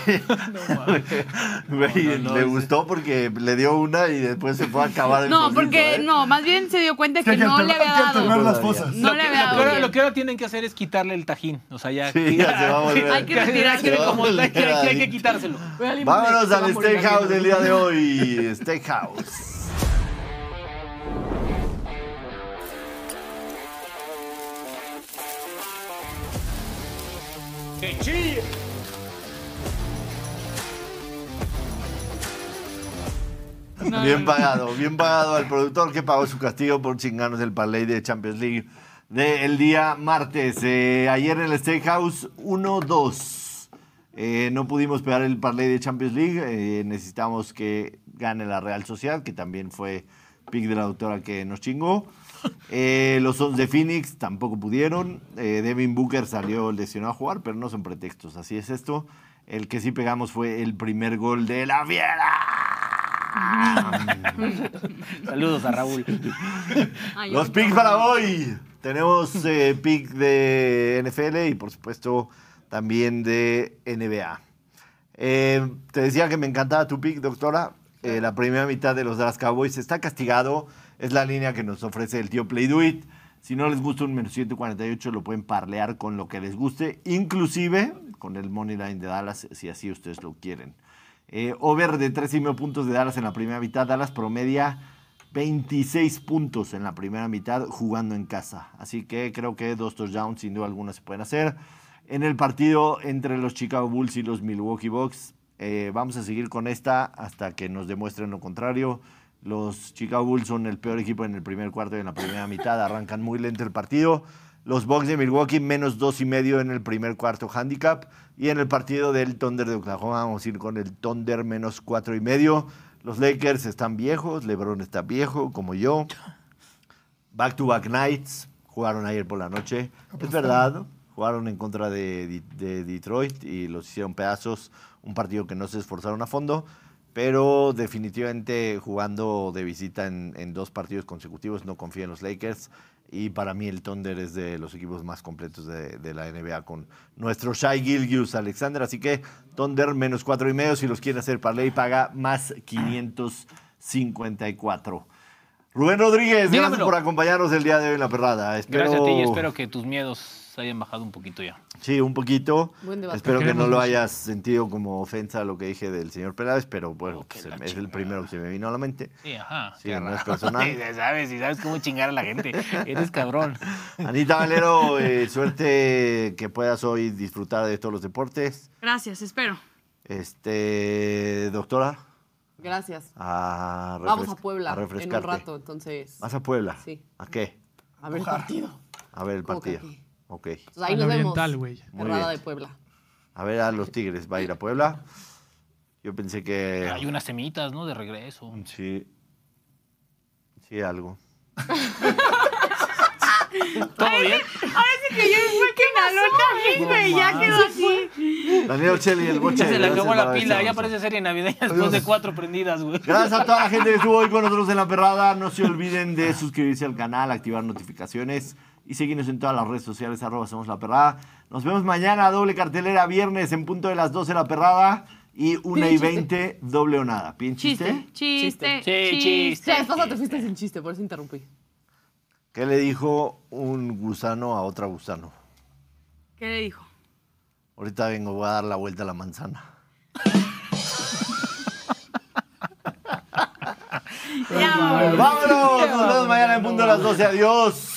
Speaker 1: Güey, le gustó porque le dio una y después se fue a acabar el
Speaker 5: No,
Speaker 1: poquito,
Speaker 5: porque
Speaker 1: ¿eh?
Speaker 5: no, más bien se dio cuenta
Speaker 4: Que
Speaker 5: que
Speaker 4: hay que
Speaker 5: no le
Speaker 4: alternar- hay que
Speaker 5: había
Speaker 4: alternar
Speaker 5: dado.
Speaker 4: las cosas.
Speaker 5: No le
Speaker 7: que-
Speaker 5: había
Speaker 7: lo, que
Speaker 5: dado.
Speaker 7: ahora,
Speaker 5: bien.
Speaker 7: lo que ahora tienen que hacer es quitarle el tajín. O sea, ya.
Speaker 1: Sí, ya se va a volver.
Speaker 5: Hay
Speaker 7: Hay
Speaker 5: que
Speaker 7: que-
Speaker 5: retirárselo.
Speaker 7: como- hay que- hay que- hay que quitárselo.
Speaker 1: Vámonos al Steakhouse del día de hoy. Steakhouse. Bien pagado, bien pagado al productor que pagó su castigo por chingarnos el parlay de Champions League del día martes. Eh, ayer en el Steakhouse 1-2. Eh, no pudimos pegar el parlay de Champions League. eh, necesitamos que gane la Real Sociedad, que también fue pick de la doctora que nos chingó. Eh, los Sons de Phoenix tampoco pudieron. Eh, Devin Booker salió lesionado a jugar, pero no son pretextos. Así es esto. El que sí pegamos fue el primer gol de la fiera.
Speaker 7: Saludos a Raúl.
Speaker 5: Ay,
Speaker 1: Los
Speaker 5: Ah, yo-
Speaker 1: picks para hoy. Tenemos eh, pick de NFL y por supuesto también de NBA. Eh, te decía que me encantaba tu pick, doctora. Eh, la primera mitad de los Dallas Cowboys está castigado. Es la línea que nos ofrece el tío Play Do It. Si no les gusta un menos 148, lo pueden parlear con lo que les guste, inclusive con el Money Line de Dallas, si así ustedes lo quieren. Eh, over de 3 y medio puntos de Dallas en la primera mitad. Dallas promedia 26 puntos en la primera mitad jugando en casa. Así que creo que dos touchdowns sin duda alguna se pueden hacer. En el partido entre los Chicago Bulls y los Milwaukee Bucks, eh, vamos a seguir con esta hasta que nos demuestren lo contrario. Los Chicago Bulls son el peor equipo en el primer cuarto y en la primera mitad. Arrancan muy lento el partido. Los Bucks de Milwaukee menos dos y medio en el primer cuarto handicap. Y en el partido del Thunder de Oklahoma vamos a ir con el Thunder menos cuatro y medio. Los Lakers están viejos, LeBron está viejo, como yo. Back to back nights jugaron ayer por la noche. Es verdad, jugaron en contra de, Di- de Detroit y los hicieron pedazos. Un partido que no se esforzaron a fondo, pero definitivamente jugando de visita en, en dos partidos consecutivos, no confío en los Lakers. Y para mí el Thunder es de los equipos más completos de, de la NBA con nuestro Shai Gilgius Alexander. Así que Thunder menos cuatro y medio. Si los quieren hacer parlay, paga más 554. Rubén Rodríguez, gracias
Speaker 7: Dígamelo.
Speaker 1: por acompañarnos el día de hoy en La Perrada. Espero,
Speaker 2: Gracias a ti y espero que tus miedos se hayan bajado un poquito ya.
Speaker 1: Sí, un poquito.
Speaker 3: Buen debate.
Speaker 1: Espero que no
Speaker 6: Queremos
Speaker 1: lo
Speaker 6: mucho.
Speaker 1: hayas sentido como ofensa a lo que dije del señor Peláez, pero bueno,
Speaker 2: Oh,
Speaker 1: pues, se- es el primero que se me vino a la mente.
Speaker 2: Sí, ajá.
Speaker 1: Sí, no es personal.
Speaker 7: Ya sabes, y sabes cómo chingar a la gente.
Speaker 2: Eres cabrón.
Speaker 1: Anita Valero, eh, suerte que puedas hoy disfrutar de todos los deportes.
Speaker 5: Gracias, espero.
Speaker 1: Este, doctora,
Speaker 3: Gracias.
Speaker 1: a
Speaker 3: Vamos
Speaker 1: refres-
Speaker 3: a Puebla
Speaker 1: a
Speaker 3: en un
Speaker 1: refrescarte.
Speaker 3: rato, entonces.
Speaker 1: ¿Vas a Puebla?
Speaker 3: Sí.
Speaker 1: ¿A qué?
Speaker 3: A ver el partido.
Speaker 1: A ver el
Speaker 3: ¿Cómo que
Speaker 1: partido.
Speaker 3: aquí?
Speaker 1: Ok.
Speaker 3: Entonces, ahí
Speaker 6: Al
Speaker 3: nos
Speaker 6: oriental,
Speaker 3: vemos.
Speaker 6: güey.
Speaker 1: Muy
Speaker 3: Errada
Speaker 1: bien.
Speaker 3: de Puebla.
Speaker 1: A ver a los Tigres, ¿va a ir a Puebla? Yo pensé que...
Speaker 2: Hay unas semitas, ¿no? De regreso.
Speaker 1: Sí. Sí, algo.
Speaker 2: ¿Todo bien?
Speaker 5: Ahora sí que yo fue que inhaló también, güey. Ya quedó así.
Speaker 1: Daniel Cheli, el boche.
Speaker 2: Ya se le
Speaker 1: gracias
Speaker 2: acabó la
Speaker 1: por haber
Speaker 2: pila.
Speaker 1: estado
Speaker 2: Ya
Speaker 1: con
Speaker 2: parece serie navideña después de cuatro prendidas, güey.
Speaker 1: Gracias a toda la gente que estuvo hoy con nosotros en La Perrada. No se olviden de suscribirse al canal, activar notificaciones y seguirnos en todas las redes sociales, arroba Somos La Perrada. Nos vemos mañana, doble cartelera, viernes en punto de las 12 La Perrada y 1 y 20, doble o nada. ¿Pien
Speaker 5: Chiste,
Speaker 1: chiste?
Speaker 5: chiste,
Speaker 2: Chiste. Sí,
Speaker 5: chiste.
Speaker 2: chiste.
Speaker 3: La vez pasada te fuiste sin chiste, por eso interrumpí.
Speaker 1: ¿Qué le dijo un gusano a otro gusano?
Speaker 5: ¿Qué le dijo?
Speaker 1: Ahorita vengo, voy a dar la vuelta a la manzana.
Speaker 5: Ya, vámonos.
Speaker 1: ¡Vámonos! Nos vemos mañana en punto de las 12. Adiós.